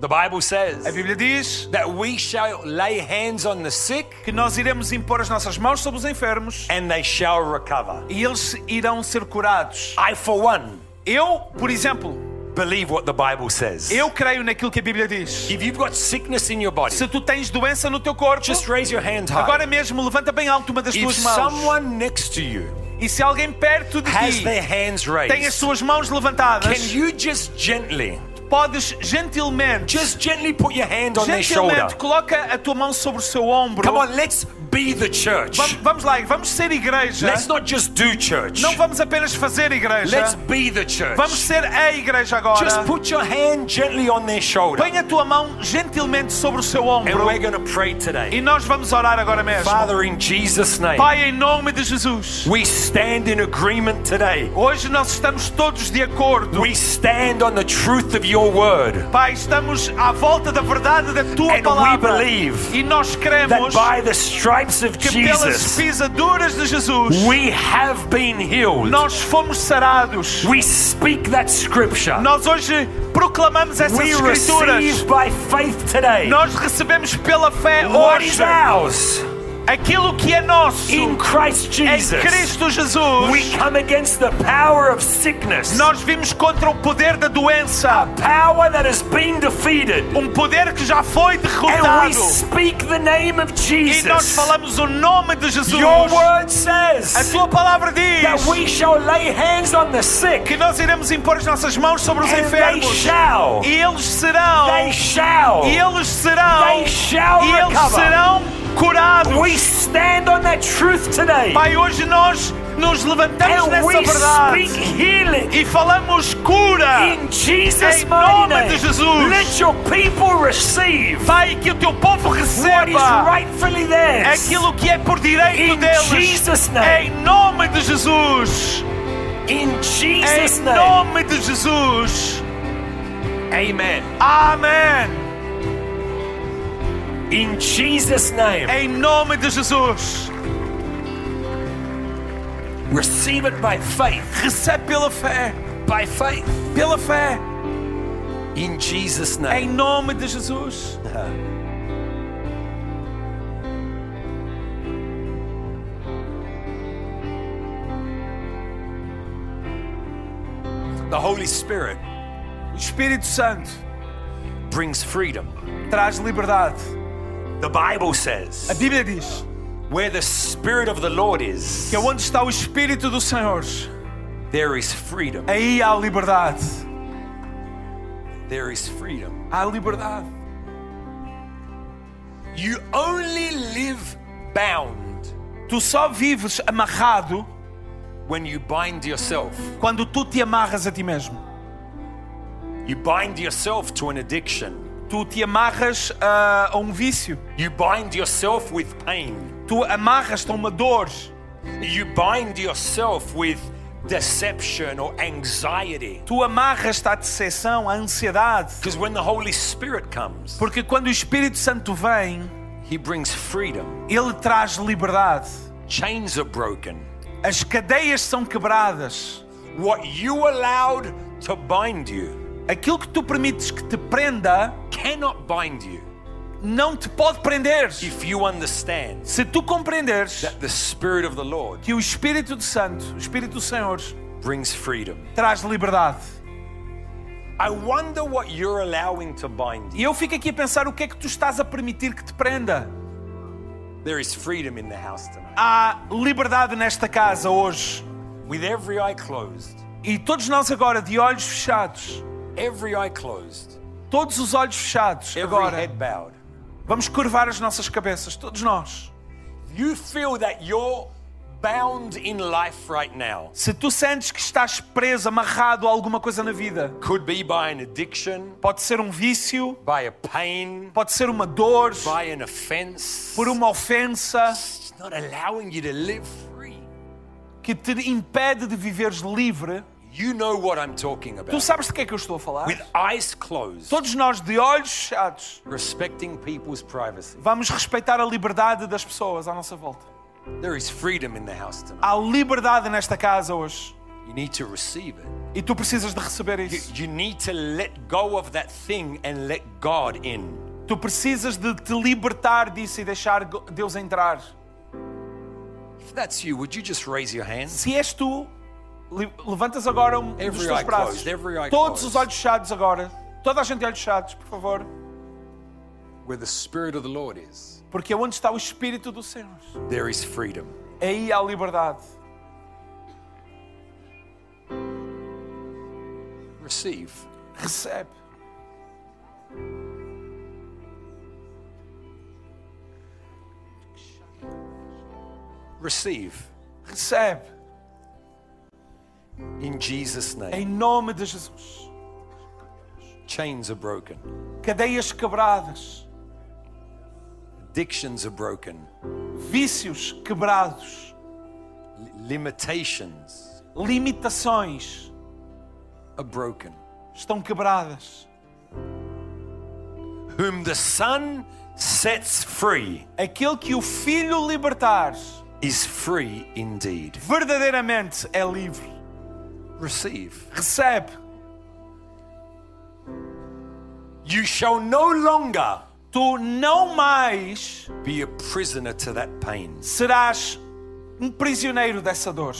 The Bible
A
says
Bíblia diz
that we shall lay hands on the sick
que nós iremos impor as nossas mãos sobre os enfermos
and they shall recover.
e eles irão ser curados.
I, for one,
Eu, por exemplo,
believe what the Bible says.
eu creio naquilo que a Bíblia diz.
If you've got sickness in your body,
Se tu tens doença no teu corpo,
just raise your hand
agora
high.
mesmo levanta bem alto uma das
If
tuas mãos.
someone next to you
E se alguém perto de
has their
ti
hands
tem as
raised,
suas mãos levantadas,
can you just gently
podes gentilmente,
Just gently put your hand on their shoulder.
gentilmente, coloca a tua mão sobre o seu ombro.
Come on, let's be the church.
Vamos, vamos lá, vamos ser igreja.
Let's not just do church.
Não vamos apenas fazer igreja.
Let's be the church.
Vamos ser a igreja agora.
Just put your hand gently on their shoulder.
Põe a tua mão gentilmente sobre o seu
And
ombro.
we're going to pray today.
E nós vamos orar agora mesmo.
Father, in Jesus' name,
Pai, em nome de Jesus.
we stand in agreement today.
Hoje nós estamos todos de acordo.
We stand on the truth of your word.
Pai, estamos à volta da verdade da tua
And we
palavra.
believe
E nós
That
cremos
by the stripes of
que pelas
Jesus,
pisaduras de Jesus
we have been healed.
nós fomos sarados.
We speak that scripture.
Nós hoje proclamamos essas
We
escrituras.
receive by faith today.
Nós recebemos pela fé
What
hoje
is ours
aquilo que é nosso
in Christ
em
Jesus.
Cristo Jesus.
We come against the power of sickness.
Nós vimos contra o poder da doença,
power that has been defeated.
um poder que já foi
And we
derrotado.
speak the name of
E nós
Jesus.
falamos o nome de Jesus.
Your word
A
says
tua palavra diz
that we shall lay hands on the sick
que nós iremos impor as nossas mãos sobre os
and they
enfermos
shall,
e eles serão
they shall,
e eles serão
they shall
e eles
recover.
serão curados.
We stand on that truth today.
Pai, hoje nós nos levantamos
And
nessa
we speak
verdade
healing
e falamos cura.
in Jesus' mighty
Em nome de
name.
Jesus.
Let your people receive
Pai, que o teu povo
what is
receba
rightfully theirs.
aquilo que é por direito
In
deles.
Jesus'
Em
name.
nome de Jesus.
In Jesus'
Em
name.
nome de Jesus.
Amen.
Amém.
In Jesus' name.
Em nome de Jesus.
Receive it by faith.
Recebe pela fé.
By faith.
Pela fé.
In Jesus'
Em
name.
nome de Jesus.
The Holy Spirit
O Espírito Santo
brings freedom.
traz liberdade.
The Bible
A
says,
Bíblia diz
where the Spirit of the Lord is,
que é onde está o Espírito do Senhor,
there is freedom.
aí há liberdade.
There is freedom.
Há liberdade.
You only live bound
Tu só vives amarrado
when you bind yourself.
quando tu te amarras a ti mesmo.
You bind yourself to an addiction.
Tu te amarras a, a um vício.
You bind yourself with pain.
Tu amarras-te a uma dor.
You bind yourself with deception or anxiety.
Tu amarras-te à decepção, à ansiedade.
Because when the Holy Spirit comes,
Porque quando o Espírito Santo vem,
He brings freedom.
ele traz liberdade.
Chains are broken.
As cadeias são quebradas.
What you allowed to bind you
Aquilo que tu permites que te prenda
cannot bind you
não te pode prender.
if you understand
Se tu compreenderes
that the Spirit of the Lord
que o Espírito do Santo, o Espírito do Senhor,
brings freedom.
traz liberdade.
I wonder what you're allowing to bind you.
E eu fico aqui a pensar o que é que tu estás a permitir que te prenda.
There is freedom in the house tonight.
Há liberdade nesta casa hoje.
With every eye closed,
E todos nós agora, de olhos fechados,
every eye closed,
todos os olhos fechados,
every
agora,
head bowed.
vamos curvar as nossas cabeças, todos nós.
You feel that you're bound in life right now.
Se tu sentes que estás preso, amarrado a alguma coisa na vida,
Could be by an addiction,
pode ser um vício,
by a pain,
pode ser uma dor,
by an offense.
por uma ofensa
It's not allowing you to live free.
que te impede de viveres livre,
You know what I'm talking
tu
about.
sabes de que é que eu estou a falar?
With eyes closed,
Todos nós, de olhos fechados,
respecting people's privacy.
vamos respeitar a liberdade das pessoas à nossa volta.
There is freedom in the house tonight.
Há liberdade nesta casa hoje
You need to receive it.
e tu precisas de receber
You,
isso.
you need to let go of that thing and let God in.
Tu precisas de te libertar disso e deixar Go- Deus entrar.
If that's you, would you just raise your hands?
Se és tu, le- levantas agora um dos
Every
teus
eye
braços.
closed, every eye
Todos
closed.
os olhos fechados agora. Toda a gente olhos fechados, por favor.
Where the Spirit of the Lord is,
Porque é onde está o Espírito do Senhor.
there is freedom.
Aí há liberdade.
Receive.
Recebe.
Receive
Recebe
in Jesus'
em
name.
nome de Jesus.
Chains are broken,
Cadeias quebradas,
addictions are broken,
vícios quebrados,
Li- limitations
limitações
are broken.
estão quebradas.
Whom the Son sets free
Aquele que o Filho libertar
is free indeed.
verdadeiramente é livre.
Receive.
Recebe.
You shall no longer
Tu não mais
be a prisoner to that pain.
serás um prisioneiro dessa dor.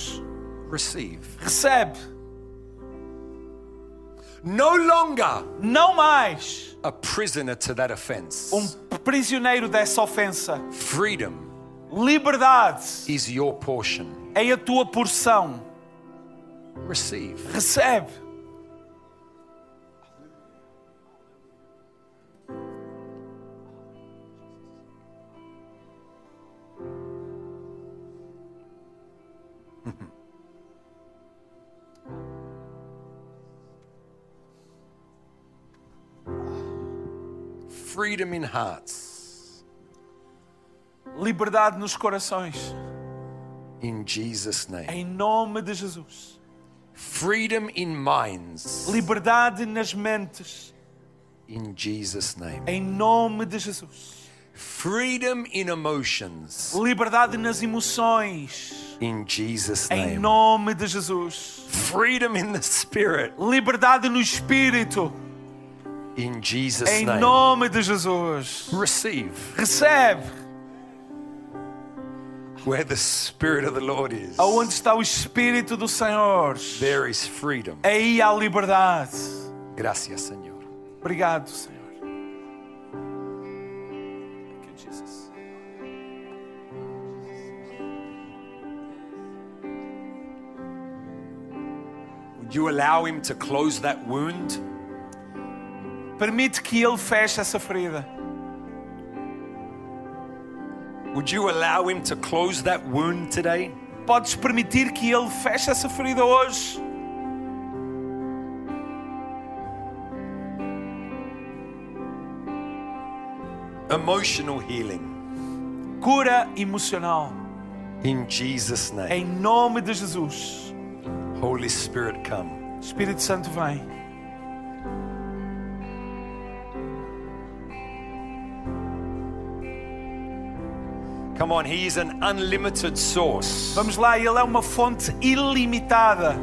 Receive.
Recebe.
No longer
Não mais
a prisoner to that offense.
um prisioneiro dessa ofensa.
Freedom
Liberdade
is your portion.
é a tua porção.
Receive.
Recebe.
Freedom in hearts
Liberdade nos corações.
in Jesus' name.
Em nome de Jesus.
Freedom in minds
Liberdade nas mentes.
in Jesus' name.
Em nome de Jesus.
Freedom in emotions
Liberdade nas emoções.
in Jesus'
Em
name.
nome de Jesus.
Freedom in the spirit
Liberdade no espírito.
in Jesus'
Em
name.
nome de Jesus.
Receive
Recebe.
where the spirit of the Lord is.
Aonde está o espírito do Senhor?
There is freedom.
Aí há liberdade.
Gracias, Señor.
Obrigado, Senhor. Thank you, Jesus.
Would you allow him to close that wound?
Permite que Ele feche essa ferida.
Would you allow him to close that wound today?
Podes permitir que Ele feche essa ferida hoje?
Emotional healing
Cura emocional.
in Jesus' name.
Em nome de Jesus.
Holy Spirit, come.
Espírito Santo vem.
Come on, he is an unlimited source.
Vamos lá, Ele é uma fonte ilimitada.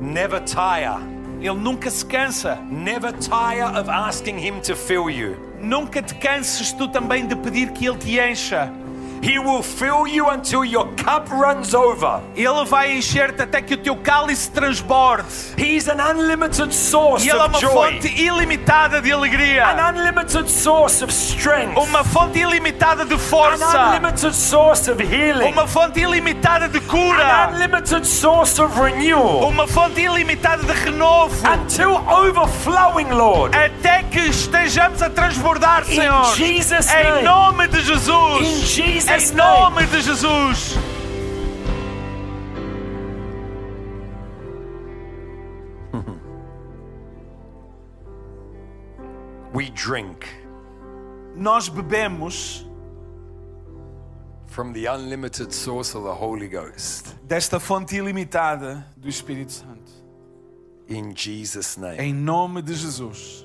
Never tire.
Ele nunca se cansa.
Never tire of asking him to fill you.
Nunca te canses tu também de pedir que Ele te encha.
He will fill you until your cup runs over.
Ele vai encher-te até que o teu cálice transborde.
He's an unlimited source
E Ele é
of
uma
joy.
fonte ilimitada de
An
alegria.
unlimited source of strength.
Uma fonte ilimitada de
An
força.
unlimited source of healing.
Uma fonte ilimitada de
An
cura.
unlimited source of renewal.
Uma fonte ilimitada de renovo.
Until overflowing, Lord.
Até que estejamos a transbordar, Senhor.
Jesus'
Em
name.
nome de
In
Jesus.
Jesus'
Em nome de Jesus.
name. We drink
Nós bebemos
from the unlimited source of the Holy Ghost.
desta fonte ilimitada do Espírito Santo.
In Jesus' name.
Em nome de Jesus.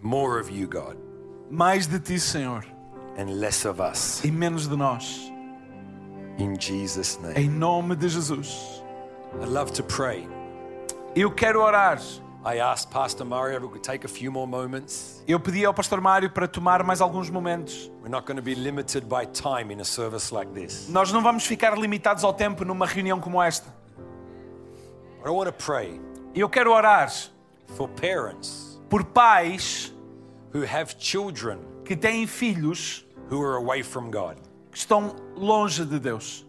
More of you, God,
Mais de ti, Senhor,
and less of us.
e menos de nós.
In Jesus' name.
Em nome de Jesus.
I'd love to pray.
Eu quero orar.
I asked Pastor Mario if we could take a few more moments.
Eu pedi ao pastor Mário para tomar mais alguns momentos.
We're not going to be limited by time in a service like this.
Nós não vamos ficar limitados ao tempo numa reunião como esta.
But I want to pray
Eu quero orar
for parents
por pais
who have children
que têm filhos
who are away from God.
que estão longe de Deus,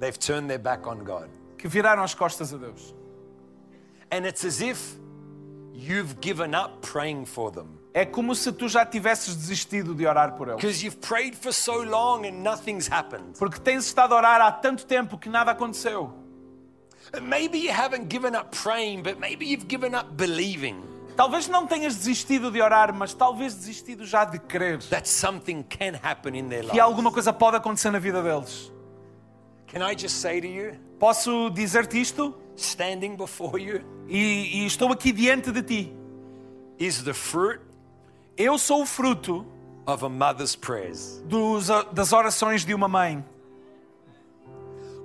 They've turned their back on God.
que viraram as costas a Deus.
And it's as if you've given up praying for them
É como se tu já tivesses desistido de orar por eles.
because you've prayed for so long and nothing's happened.
Porque tens estado a orar há tanto tempo que nada aconteceu.
Maybe you haven't given up praying, but maybe you've given up believing
Talvez não tenhas desistido de orar, mas talvez desistido já de crer
that something can happen in their
que
life.
alguma coisa pode acontecer na vida deles.
Can I just say to you,
Posso dizer-te isto?
standing before you
E, e estou aqui diante de ti.
is the fruit
Eu sou o fruto
of a mother's prayers.
dos- ah, das orações de uma mãe.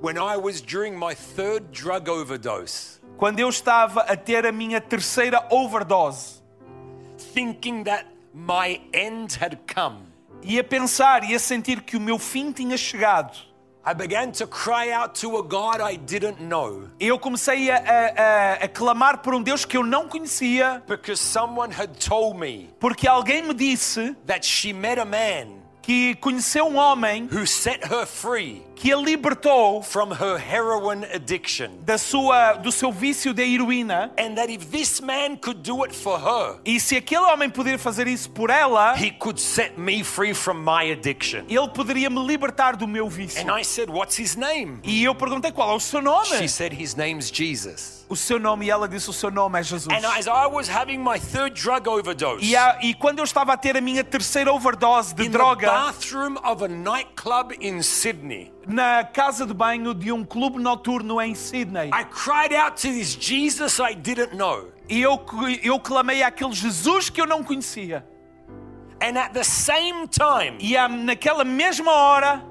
When I was during my third drug overdose,
Quando eu estava a ter a minha terceira overdose
thinking that my end had come,
e a pensar e a sentir que o meu fim tinha chegado,
I began to cry out to a God I didn't know
eu comecei a, a- a- a clamar por um Deus que eu não conhecia,
because someone had told me
porque alguém me disse
that she met a man
que conheceu um homem
who set her free
que a libertou
from her heroin addiction.
da sua, do seu vício de heroína.
And that if this man could do it for her,
E se aquele homem poderia fazer isso por ela,
he could set me free from my addiction.
ele poderia me libertar do meu vício.
And I said, What's his name?
E eu perguntei qual é o seu nome.
She said, His name's Jesus.
O seu nome, e ela disse: O seu nome é Jesus.
And as I was having my third drug overdose,
E, a- e quando eu estava a ter a minha terceira overdose de
in the
droga
bathroom of a nightclub in Sydney,
na casa de banho de um clube noturno em Sydney,
I cried out to this Jesus I didn't know.
e eu, eu clamei àquele Jesus que eu não conhecia.
And at the same time,
E à- naquela mesma hora,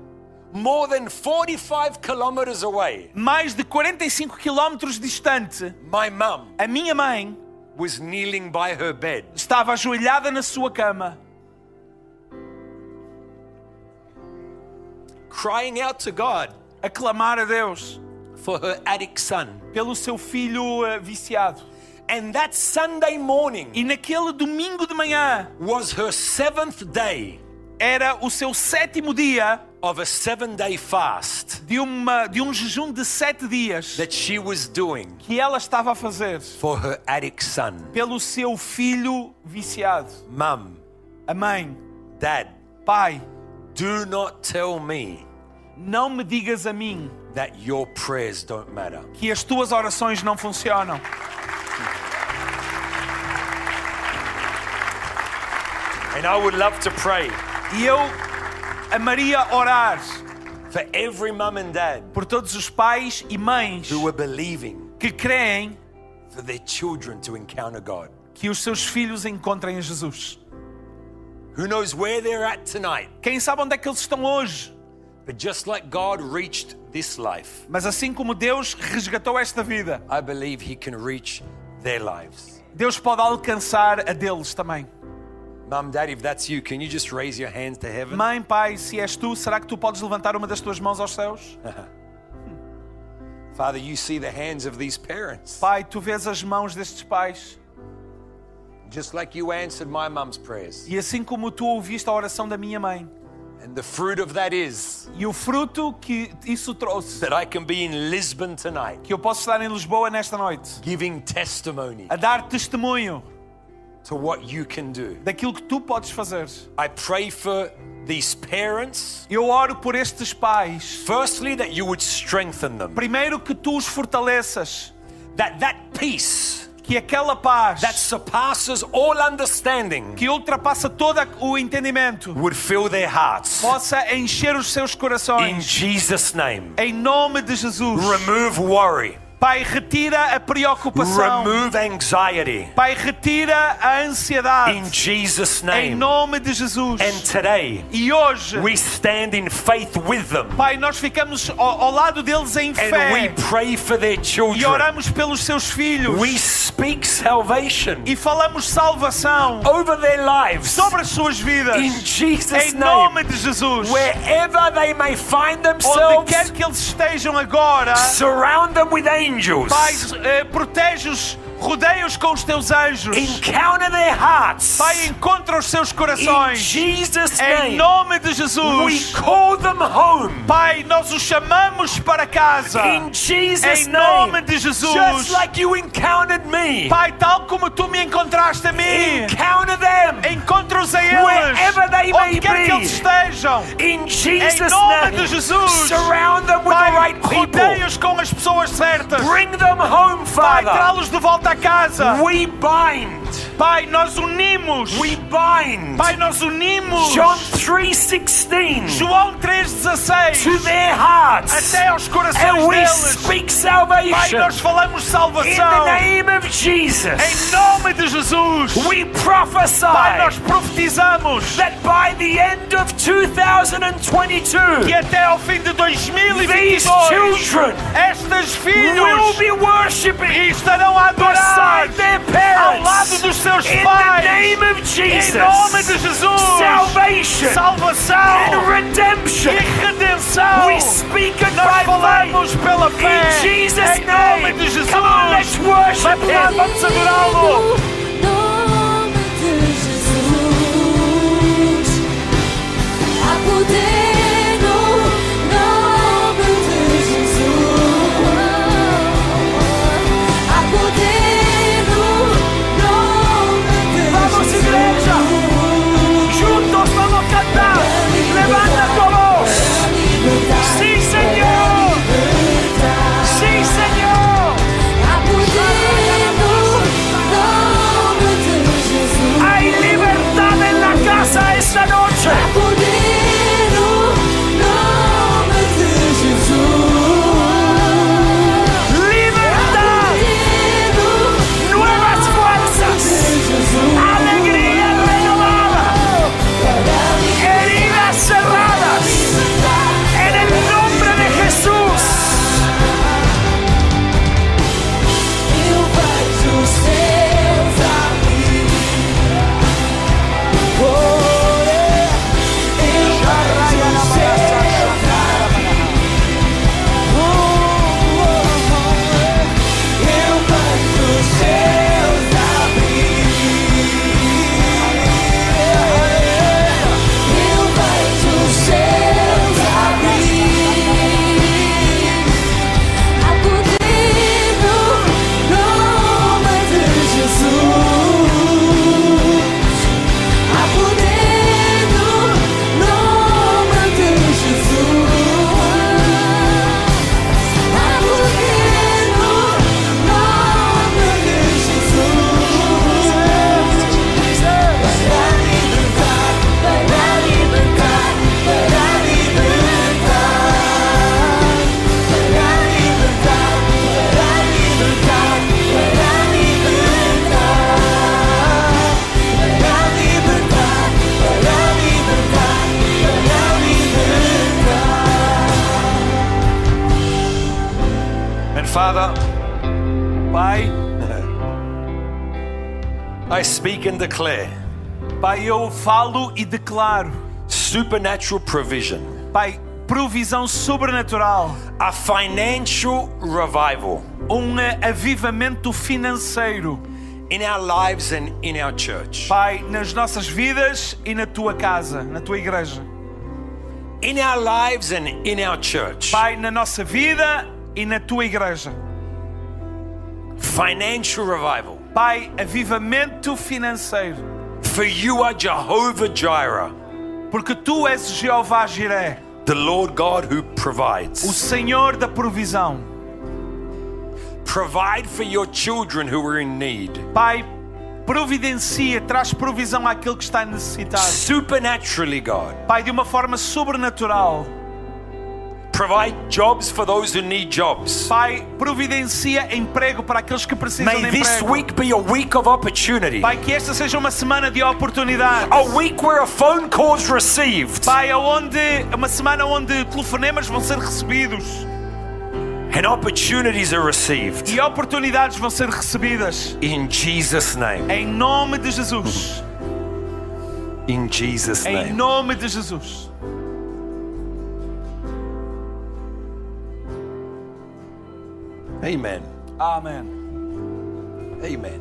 more than 45 kilometers away,
mais de 45 quilómetros distante,
my mum
a minha mãe
was kneeling by her bed.
estava ajoelhada na sua cama,
crying out to God
a clamar a Deus
for her addict son.
pelo seu filho eh, viciado.
And that Sunday morning
E naquele domingo de manhã,
was her seventh day
era o seu sétimo dia
of a seven day fast
de, uma, de um jejum de sete dias
that she was doing
que ela estava a fazer
for her addict son.
pelo seu filho viciado.
Mum,
A mãe,
dad,
pai,
do not tell me
não me digas a mim
that your prayers don't matter.
que as tuas orações não funcionam.
And I would love to pray
E eu amaria orar
for every mum and dad
por todos os pais e mães
who are believing
que creem
for their children to encounter God.
que os seus filhos encontrem Jesus.
Who knows where they're at tonight,
Quem sabe onde é que eles estão hoje?
but just like God reached this life,
Mas assim como Deus resgatou esta vida,
I believe he can reach their lives.
Deus pode alcançar a deles também.
Mum, Dad, if that's you, can you just raise your hands to heaven?
Mãe, pai, se és tu, será que tu podes levantar uma das tuas mãos aos céus?
Father, you see the hands of these parents.
Pai, tu vês as mãos destes pais
Just like you answered my mum's prayers.
e assim como tu ouviste a oração da minha mãe
And the fruit of that is
e o fruto que isso trouxe,
that I can be in Lisbon tonight,
que eu posso estar em Lisboa nesta noite
giving testimony
a dar testemunho
to what you can do.
daquilo que tu podes fazer.
I pray for these parents,
Eu oro por estes pais.
firstly, that you would strengthen them,
Primeiro que tu os fortaleças,
that that peace
que aquela paz
that surpasses all understanding
que ultrapassa todo o entendimento
would fill their hearts.
possa encher os seus
In
corações.
Jesus' name.
Em nome de Jesus.
Remove worry.
Pai, retira a preocupação.
Remove anxiety.
Pai, retira a
In
ansiedade
Jesus'
em
name.
nome de Jesus.
And today,
E hoje,
we stand in faith with them
Pai, nós ficamos ao, ao lado deles em
and we
fé
pray for their
e
children.
oramos pelos seus filhos
We speak salvation
e falamos salvação
over their lives.
sobre as suas vidas
Oh, In Jesus'
em
name.
nome de Jesus.
Wherever they may find
Onde
themselves,
quer que eles estejam agora,
surround them with angels.
Pai, eh, protege-os Rodeia-os com os teus anjos.
Encounter their hearts.
Pai, encontra os seus
In
corações.
Jesus'
Em
name,
nome de
we
Jesus.
call them home.
Pai, nós os chamamos para casa.
In Jesus'
Em nome
name,
de Jesus.
just like you encountered me,
Pai, tal como tu me encontraste a mim.
encounter them.
Encontra-os a
é Wherever they
eles.
may
Onde quer que
be.
eles estejam.
In Jesus'
nome
name,
de Jesus.
surround them with the
Pai,
right people.
rodeia-os com as pessoas certas.
Bring them home,
Pai,
Father.
trá-los de volta a casa.
We bind.
Pai, nós unimos.
We bind.
Pai, nós unimos.
John 3:16
João 3,16.
to their hearts.
Até aos corações
And we
deles.
speak
Pai,
salvation.
nós falamos
In
salvação.
the name of
Em
Jesus,
nome de Jesus.
we
Pai, nós
prophesy
profetizamos.
that by the end of
que
2022,
até ao fim de 2022
these children
estas
will
filhos
be worshiping
estarão a adorar
beside their
ao
parents.
lado dos seus
In the
pais
name of
em nome de
Jesus,
Jesus
salvation
salvação
and redemption.
e redenção
We speak it
nós
by faith.
falamos pela
In
fé
Jesus'
em nome
name.
de Jesus
Come on, let's worship
vamos lá,
Him.
vamos adorá-lo
nome de Jesus. Há poder no nome de Jesus. Há poder no nome de Jesus.
Vamos, igreja. Juntos vamos cantar. Levanta tua voz. Sim, Senhor. Sim, Senhor.
Há poder no nome de Jesus.
Hay libertad en la casa esta noche.
Há poder no nome de Jesus.
Libertad, nuevas fuerzas, alegría renovada, heridas cerradas. En el nombre de Jesús,
Eu vejo os teus amigos. Eu vejo os teus amigos. Eu vejo os teus amigos. Eu vejo os teus amigos. Há poder no nome de Jesus. Há poder no nome de Jesus. Há poder no nome de Jesus. Para libertar, para libertar, para libertar.
and Father,
Pai,
I speak and declare
Pai, eu falo e declaro
supernatural provision,
Pai, provisão sobrenatural
a financial revival
um eh, avivamento financeiro
in our lives and in our church,
Pai, nas nossas vidas e na tua casa, na tua igreja.
in our lives and in our church,
Pai, na nossa vida e na tua igreja.
financial revival.
Pai, avivamento financeiro,
For you are Jehovah Jireh.
porque tu és Jeová Jiré,
the Lord God who
o
provides.
Senhor da provisão.
Provide for your children who are in need.
Pai, providencia, traz provisão àquele que está necessitado.
Supernaturally, God.
Pai, de uma forma sobrenatural.
Provide jobs for those who need jobs.
Pai, providencia emprego para aqueles que precisam
May
de
this
emprego.
week be a week of opportunity.
Pai, que esta seja uma semana de oportunidade.
A week where a phone call's received
Pai, aonde uma semana onde telefonemas vão ser recebidos
and opportunities are received.
e oportunidades vão ser recebidas
In Jesus' name.
em nome de Jesus.
In Jesus'
Em
name.
nome de Jesus.
Amen.
Amém.
Amen.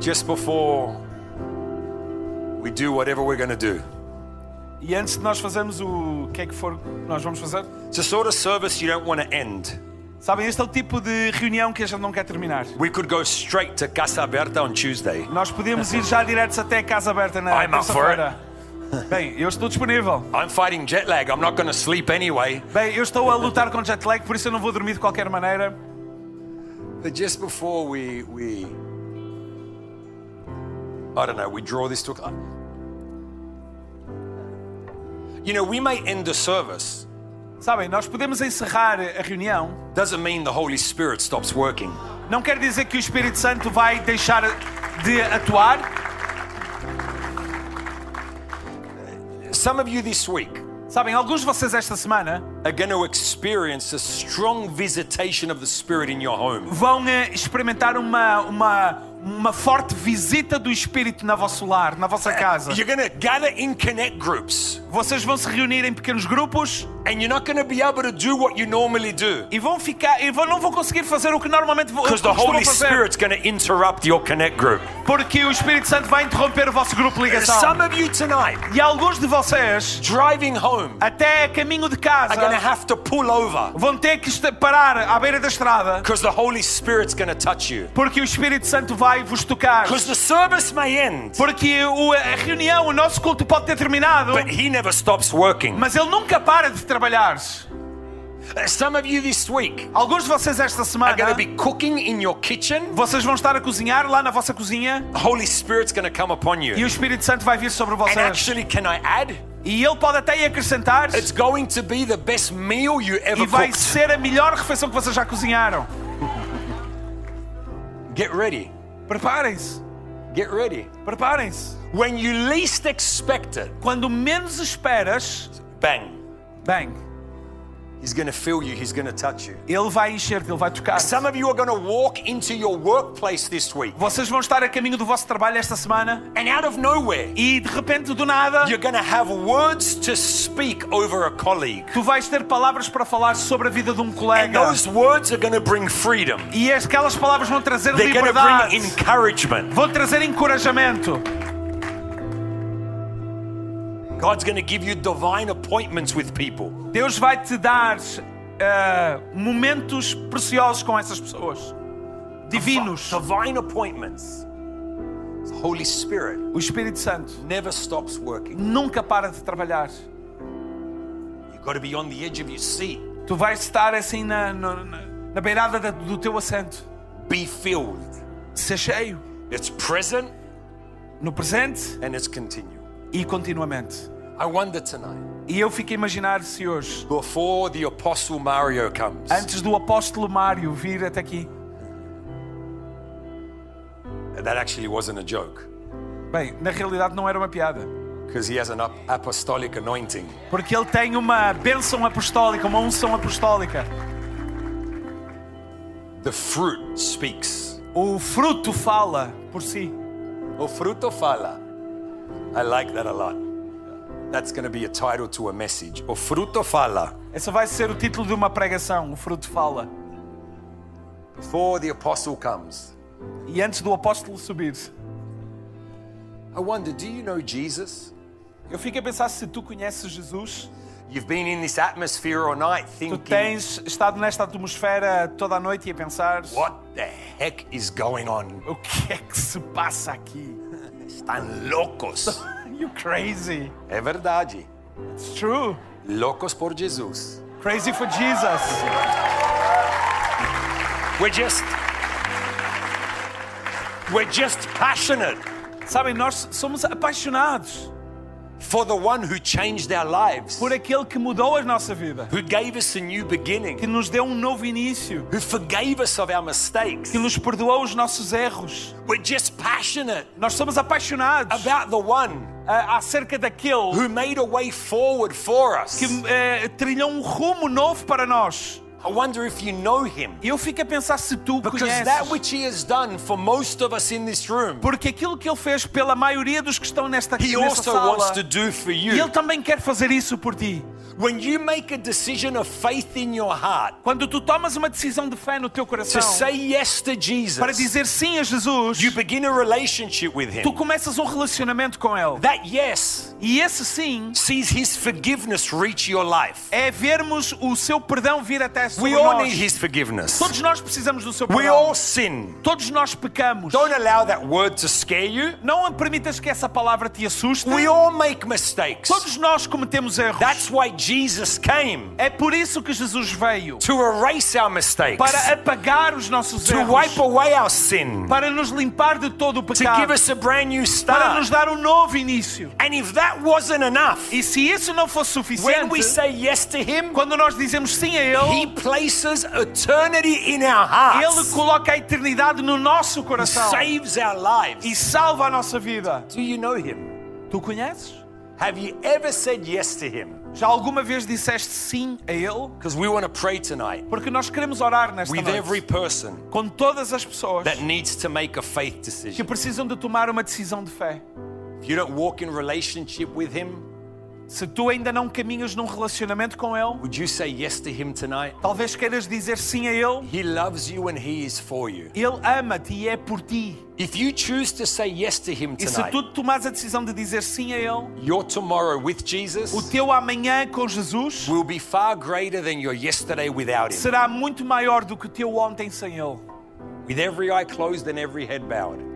Just before we do whatever we're going to do,
E antes de nós fazermos o que é que for que nós vamos fazer,
it's a sort of service you don't want to end.
sabem, este é o tipo de reunião que a gente não quer terminar.
We could go straight to Casa Berta on Tuesday.
Nós podemos ir já diretos até a casa aberta na
I'm up for
terça-feira. Bem, eu estou disponível.
I'm fighting jet lag. I'm not going to sleep anyway.
Bem, eu estou a lutar com jet lag, por isso eu não vou dormir de qualquer maneira.
But just before we we I don't know, we draw this to a cl- You know, we may end the service.
Sabem, nós podemos encerrar a reunião.
Doesn't mean the Holy Spirit stops working.
Não quer dizer que o Espírito Santo vai deixar de atuar.
Some of you this week
Sabem, alguns de vocês esta semana
are going to experience a strong visitation of the Spirit in your home.
vão eh, experimentar uma, uma, uma forte visita do Espírito na vosso lar, na vossa casa.
You're going to gather in connect groups
Vocês vão se reunir em pequenos grupos
and you're not going to be able to do what you normally do
e vão ficar e vão, não vão conseguir fazer o que normalmente vão
because the
costumam
Holy
fazer
Spirit's going to interrupt your connect group.
porque o Espírito Santo vai interromper o vosso grupo de ligação
Some of you tonight
e alguns de vocês
driving home
até a caminho de
are going to
casa
have to pull over
vão ter que este- parar à beira da estrada
because the Holy Spirit's going to touch you.
porque o Espírito Santo vai vos tocar
Because the service may end,
porque o- a reunião, o nosso culto pode ter terminado
but He never stops working. Uh,
mas ele nunca para de trabalhar
Some of you this week
alguns de vocês esta
are going
semana
to be cooking in your kitchen.
vocês vão estar a cozinhar lá na vossa cozinha
The Holy Spirit's going to come upon
e o
you.
Espírito Santo vai vir sobre
And
vocês
actually, can I add?
e ele pode até ir acrescentar
It's going to be the best meal you
E
ever
vai
cooked.
ser a melhor refeição que vocês já cozinharam.
Get ready.
Preparem-se,
Get ready.
preparem-se.
When you least expect it,
Quando menos esperas,
bang,
bem,
He's going to fill you, He's going to touch you.
ele vai encher-te, ele vai tocar.
Some of you are going to walk into your workplace this week,
Vocês vão estar a caminho do vosso trabalho esta semana
and out of nowhere,
e de repente, do nada,
You're going to have words to speak over a colleague.
tu vais ter palavras para falar sobre a vida de um
And
colega.
those words are going to bring freedom.
E aquelas palavras vão trazer
They're going to
liberdade,
bring encouragement.
vão trazer encorajamento.
God's going to give you divine appointments with people.
Deus vai te dar ah, momentos preciosos com essas pessoas. Divinos.
Divine appointments. The Holy Spirit
O Espírito Santo
never stops working.
nunca para de trabalhar.
You've got to be on the edge of your seat.
Tu vais estar assim na, na, na- na beirada da- do teu assento,
Be filled.
ser cheio,
It's present
no presente
and it's continual.
e continuamente.
I wonder tonight,
E eu fico a imaginar se hoje,
before the Apostle Mario comes,
antes do apóstolo Mário vir até aqui,
that actually wasn't a joke
bem, na realidade não era uma piada,
because he has an ap- apostolic anointing.
porque ele tem uma bênção apostólica, uma unção apostólica.
The fruit speaks.
O fruto fala por si.
O fruto fala. I like that a lot. That's going to be a title to a message. O fruto fala.
Esse vai ser o título de uma pregação, o fruto fala.
Before the apostle comes,
E antes do apóstolo subir,
I wonder, do you know Jesus?
eu fico a pensar se tu conheces Jesus,
You've been in this atmosphere all night
tu
thinking,
tens estado nesta atmosfera toda a noite e a pensar...
what the heck is going on?
O que é que se passa aqui?
Están locos.
You crazy.
É verdade.
It's true.
Locos por Jesus.
Crazy for Jesus.
We're just We're just passionate
Sabem, nós somos apaixonados
for the one who changed our lives,
por aquele que mudou a nossa vida,
who gave us a new beginning.
que nos deu um novo início,
who forgave us of our mistakes.
que nos perdoou os nossos erros.
We're just passionate
Nós somos apaixonados
about the one
a, acerca daquele
who made a way forward for us.
que eh, trilhou um rumo novo para nós.
I wonder if you know him.
Eu fico a pensar se tu
Because that
conheces.
which he has done for most of us in this room,
Porque aquilo que ele fez pela maioria dos que estão nesta
he
nesta
also wants
sala,
to do for
e ele
you.
também quer fazer isso por ti.
When you make a decision of faith in your heart
Quando tu tomas uma decisão de fé no teu coração
to say yes to
para
Jesus,
dizer sim a Jesus,
you begin a relationship with Him.
tu começas um relacionamento com Ele.
That yes
E esse sim
sees His forgiveness reach your life.
é vermos o seu perdão vir até sobre
We all need
nós.
His forgiveness.
Todos nós precisamos do seu
We
perdão.
all sin.
Todos nós pecamos.
Don't allow that word to scare you.
Não permitas que essa palavra te assuste.
We all make mistakes.
Todos nós cometemos erros.
That's why Jesus came
É por isso que Jesus veio
to erase our mistakes,
para apagar os nossos
to wipe
erros,
away our sin,
para nos limpar de todo o
to
pecado,
give us a brand new
para nos
start.
dar um novo início.
And if that wasn't enough,
E se isso não fosse
when we
suficiente,
say yes to Him,
quando nós dizemos sim a
He
Ele,
places eternity in our
Ele
hearts,
coloca a eternidade no nosso
He
coração
saves our lives.
e salva a nossa vida.
Do you know Him?
Tu conheces?
Have you ever said yes to Him?
Já alguma vez disseste sim a Ele?
Because we want to pray tonight
Porque nós queremos orar nesta
with every
noite
person
com todas as pessoas
that needs to make a faith
que
decision.
precisam de tomar uma decisão de fé.
If you don't walk in relationship with Him,
Se tu ainda não caminhas num relacionamento com Ele,
would you say yes to Him tonight?
talvez queiras dizer sim a Ele.
He loves you and He is for you.
Ele ama-te e é por ti.
If you choose to say yes to Him
E se
tonight,
tu tomares a decisão de dizer sim a Ele,
your tomorrow with Jesus
o teu amanhã com Jesus
will be far greater than your yesterday without Him.
será muito maior do que o teu ontem sem Ele.
With every eye closed and every head bowed.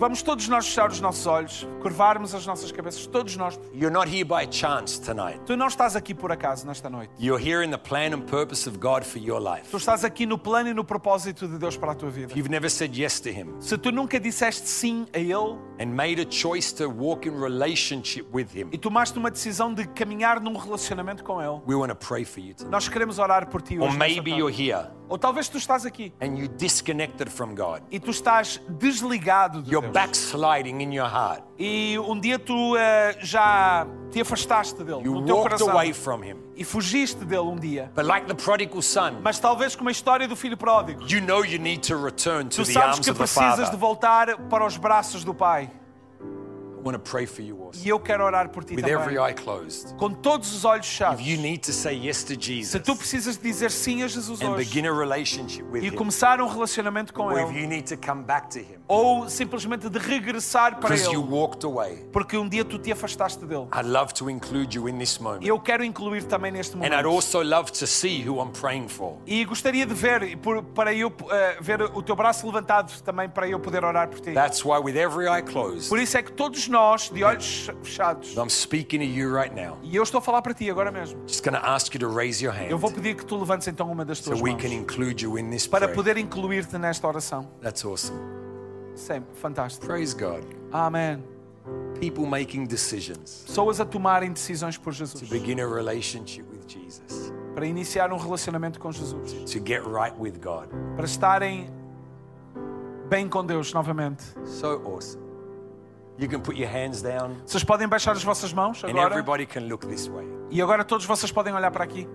Vamos todos nós fechar os nossos olhos, curvarmos as nossas cabeças, todos nós.
You're not here by chance tonight.
Tu não estás aqui por acaso nesta noite.
You're here in the plan and purpose of God for your life.
Tu estás aqui no plano e no propósito de Deus para a tua vida.
If you've never said yes to Him
Se tu nunca disseste sim a Ele
and made a choice to walk in relationship with Him,
e tomaste uma decisão de caminhar num relacionamento com Ele,
we want to pray for you tonight.
nós queremos orar por ti
Or
hoje. nesta
maybe
tarde.
you're here
Ou talvez tu estás aqui
and you disconnected from God.
e tu estás desligado de
You're
Deus.
backsliding in your heart.
E um dia tu eh, já te afastaste dele,
You
no teu
walked
coração.
away from Him.
E fugiste dele um dia.
But like the prodigal son,
Mas talvez como a história do filho pródigo.
you know you need to return to
Tu
the
sabes
arms
que
of the
precisas de
Father.
voltar para os braços do Pai.
I want to pray for you also.
E eu quero orar por ti
With
também.
every eye closed,
Com todos os olhos
if
fechados.
you need to say yes to
Se
Jesus
tu precisas de dizer sim a Jesus
and
hoje
begin a relationship with
e
Him,
começar um relacionamento com
or if you
Ele,
need to come back to Him
ou simplesmente de regressar para
because you
Ele,
walked away,
porque um dia tu te afastaste dele.
I'd love to include you in this moment.
Eu quero incluir também neste
And I'd
momento.
also love to see who I'm praying for.
E gostaria de ver, e por- para eu eh, ver o teu braço levantado também para eu poder orar por ti.
That's why, with every eye closed,
Por isso é que todos nós, de olhos fechados,
I'm speaking to you right now.
e eu estou a falar para ti agora mesmo,
Just going to ask you to raise your
eu
hand
vou pedir que tu levantes então uma das
so
tuas
we can
mãos
include you in this
para
prayer.
poder incluir-te nesta oração.
That's awesome.
Sempre, fantástico.
Praise God.
Amém.
People making decisions.
Pessoas a tomarem decisões por Jesus,
begin a relationship with Jesus,
para iniciar um relacionamento com Jesus.
to get right with God.
para estarem bem com Deus novamente.
So awesome. You can put your hands down
Vocês podem baixar as vossas mãos
and
agora
everybody can look this way.
e agora todos vocês podem olhar para aqui.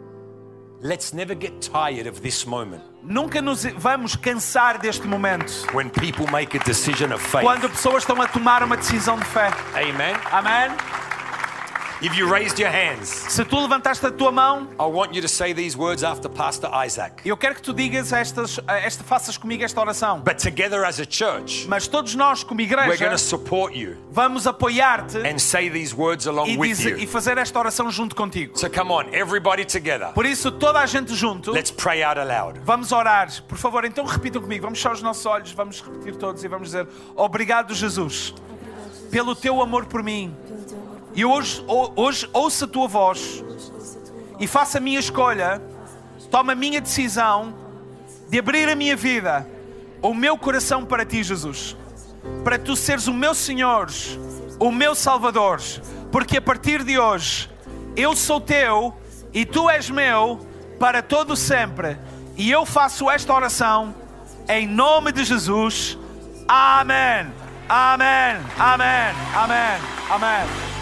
Let's never get tired of this moment
Nunca nos vamos cansar deste momento.
when people make a decision of faith.
Quando pessoas estão a tomar uma decisão de fé.
Amen.
Amém?
If you raised your hands,
Se tu levantaste a tua mão,
I want you to say these words after Pastor Isaac.
eu quero que tu digas estas, esta, faças comigo esta oração.
But together as a church,
Mas todos nós, como
we're going
igreja,
to support you
vamos apoiar-te
and say these words along
e,
with
dizer- e
you.
fazer esta oração junto contigo.
So come on, everybody together.
Por isso, toda a gente junto.
Let's pray out aloud.
Vamos orar, por favor, então repitam comigo. Vamos fechar os nossos olhos, vamos repetir todos e vamos dizer: Obrigado, Jesus, pelo teu amor por mim. E hoje, ho- hoje ouço a tua voz e faço a minha escolha, tomo a minha decisão de abrir a minha vida, o meu coração para ti, Jesus. Para tu seres o meu Senhor, o meu Salvador, porque a partir de hoje eu sou teu e tu és meu para todo sempre. E eu faço esta oração em nome de Jesus. Amém. Amém. Amém. Amém. Amém.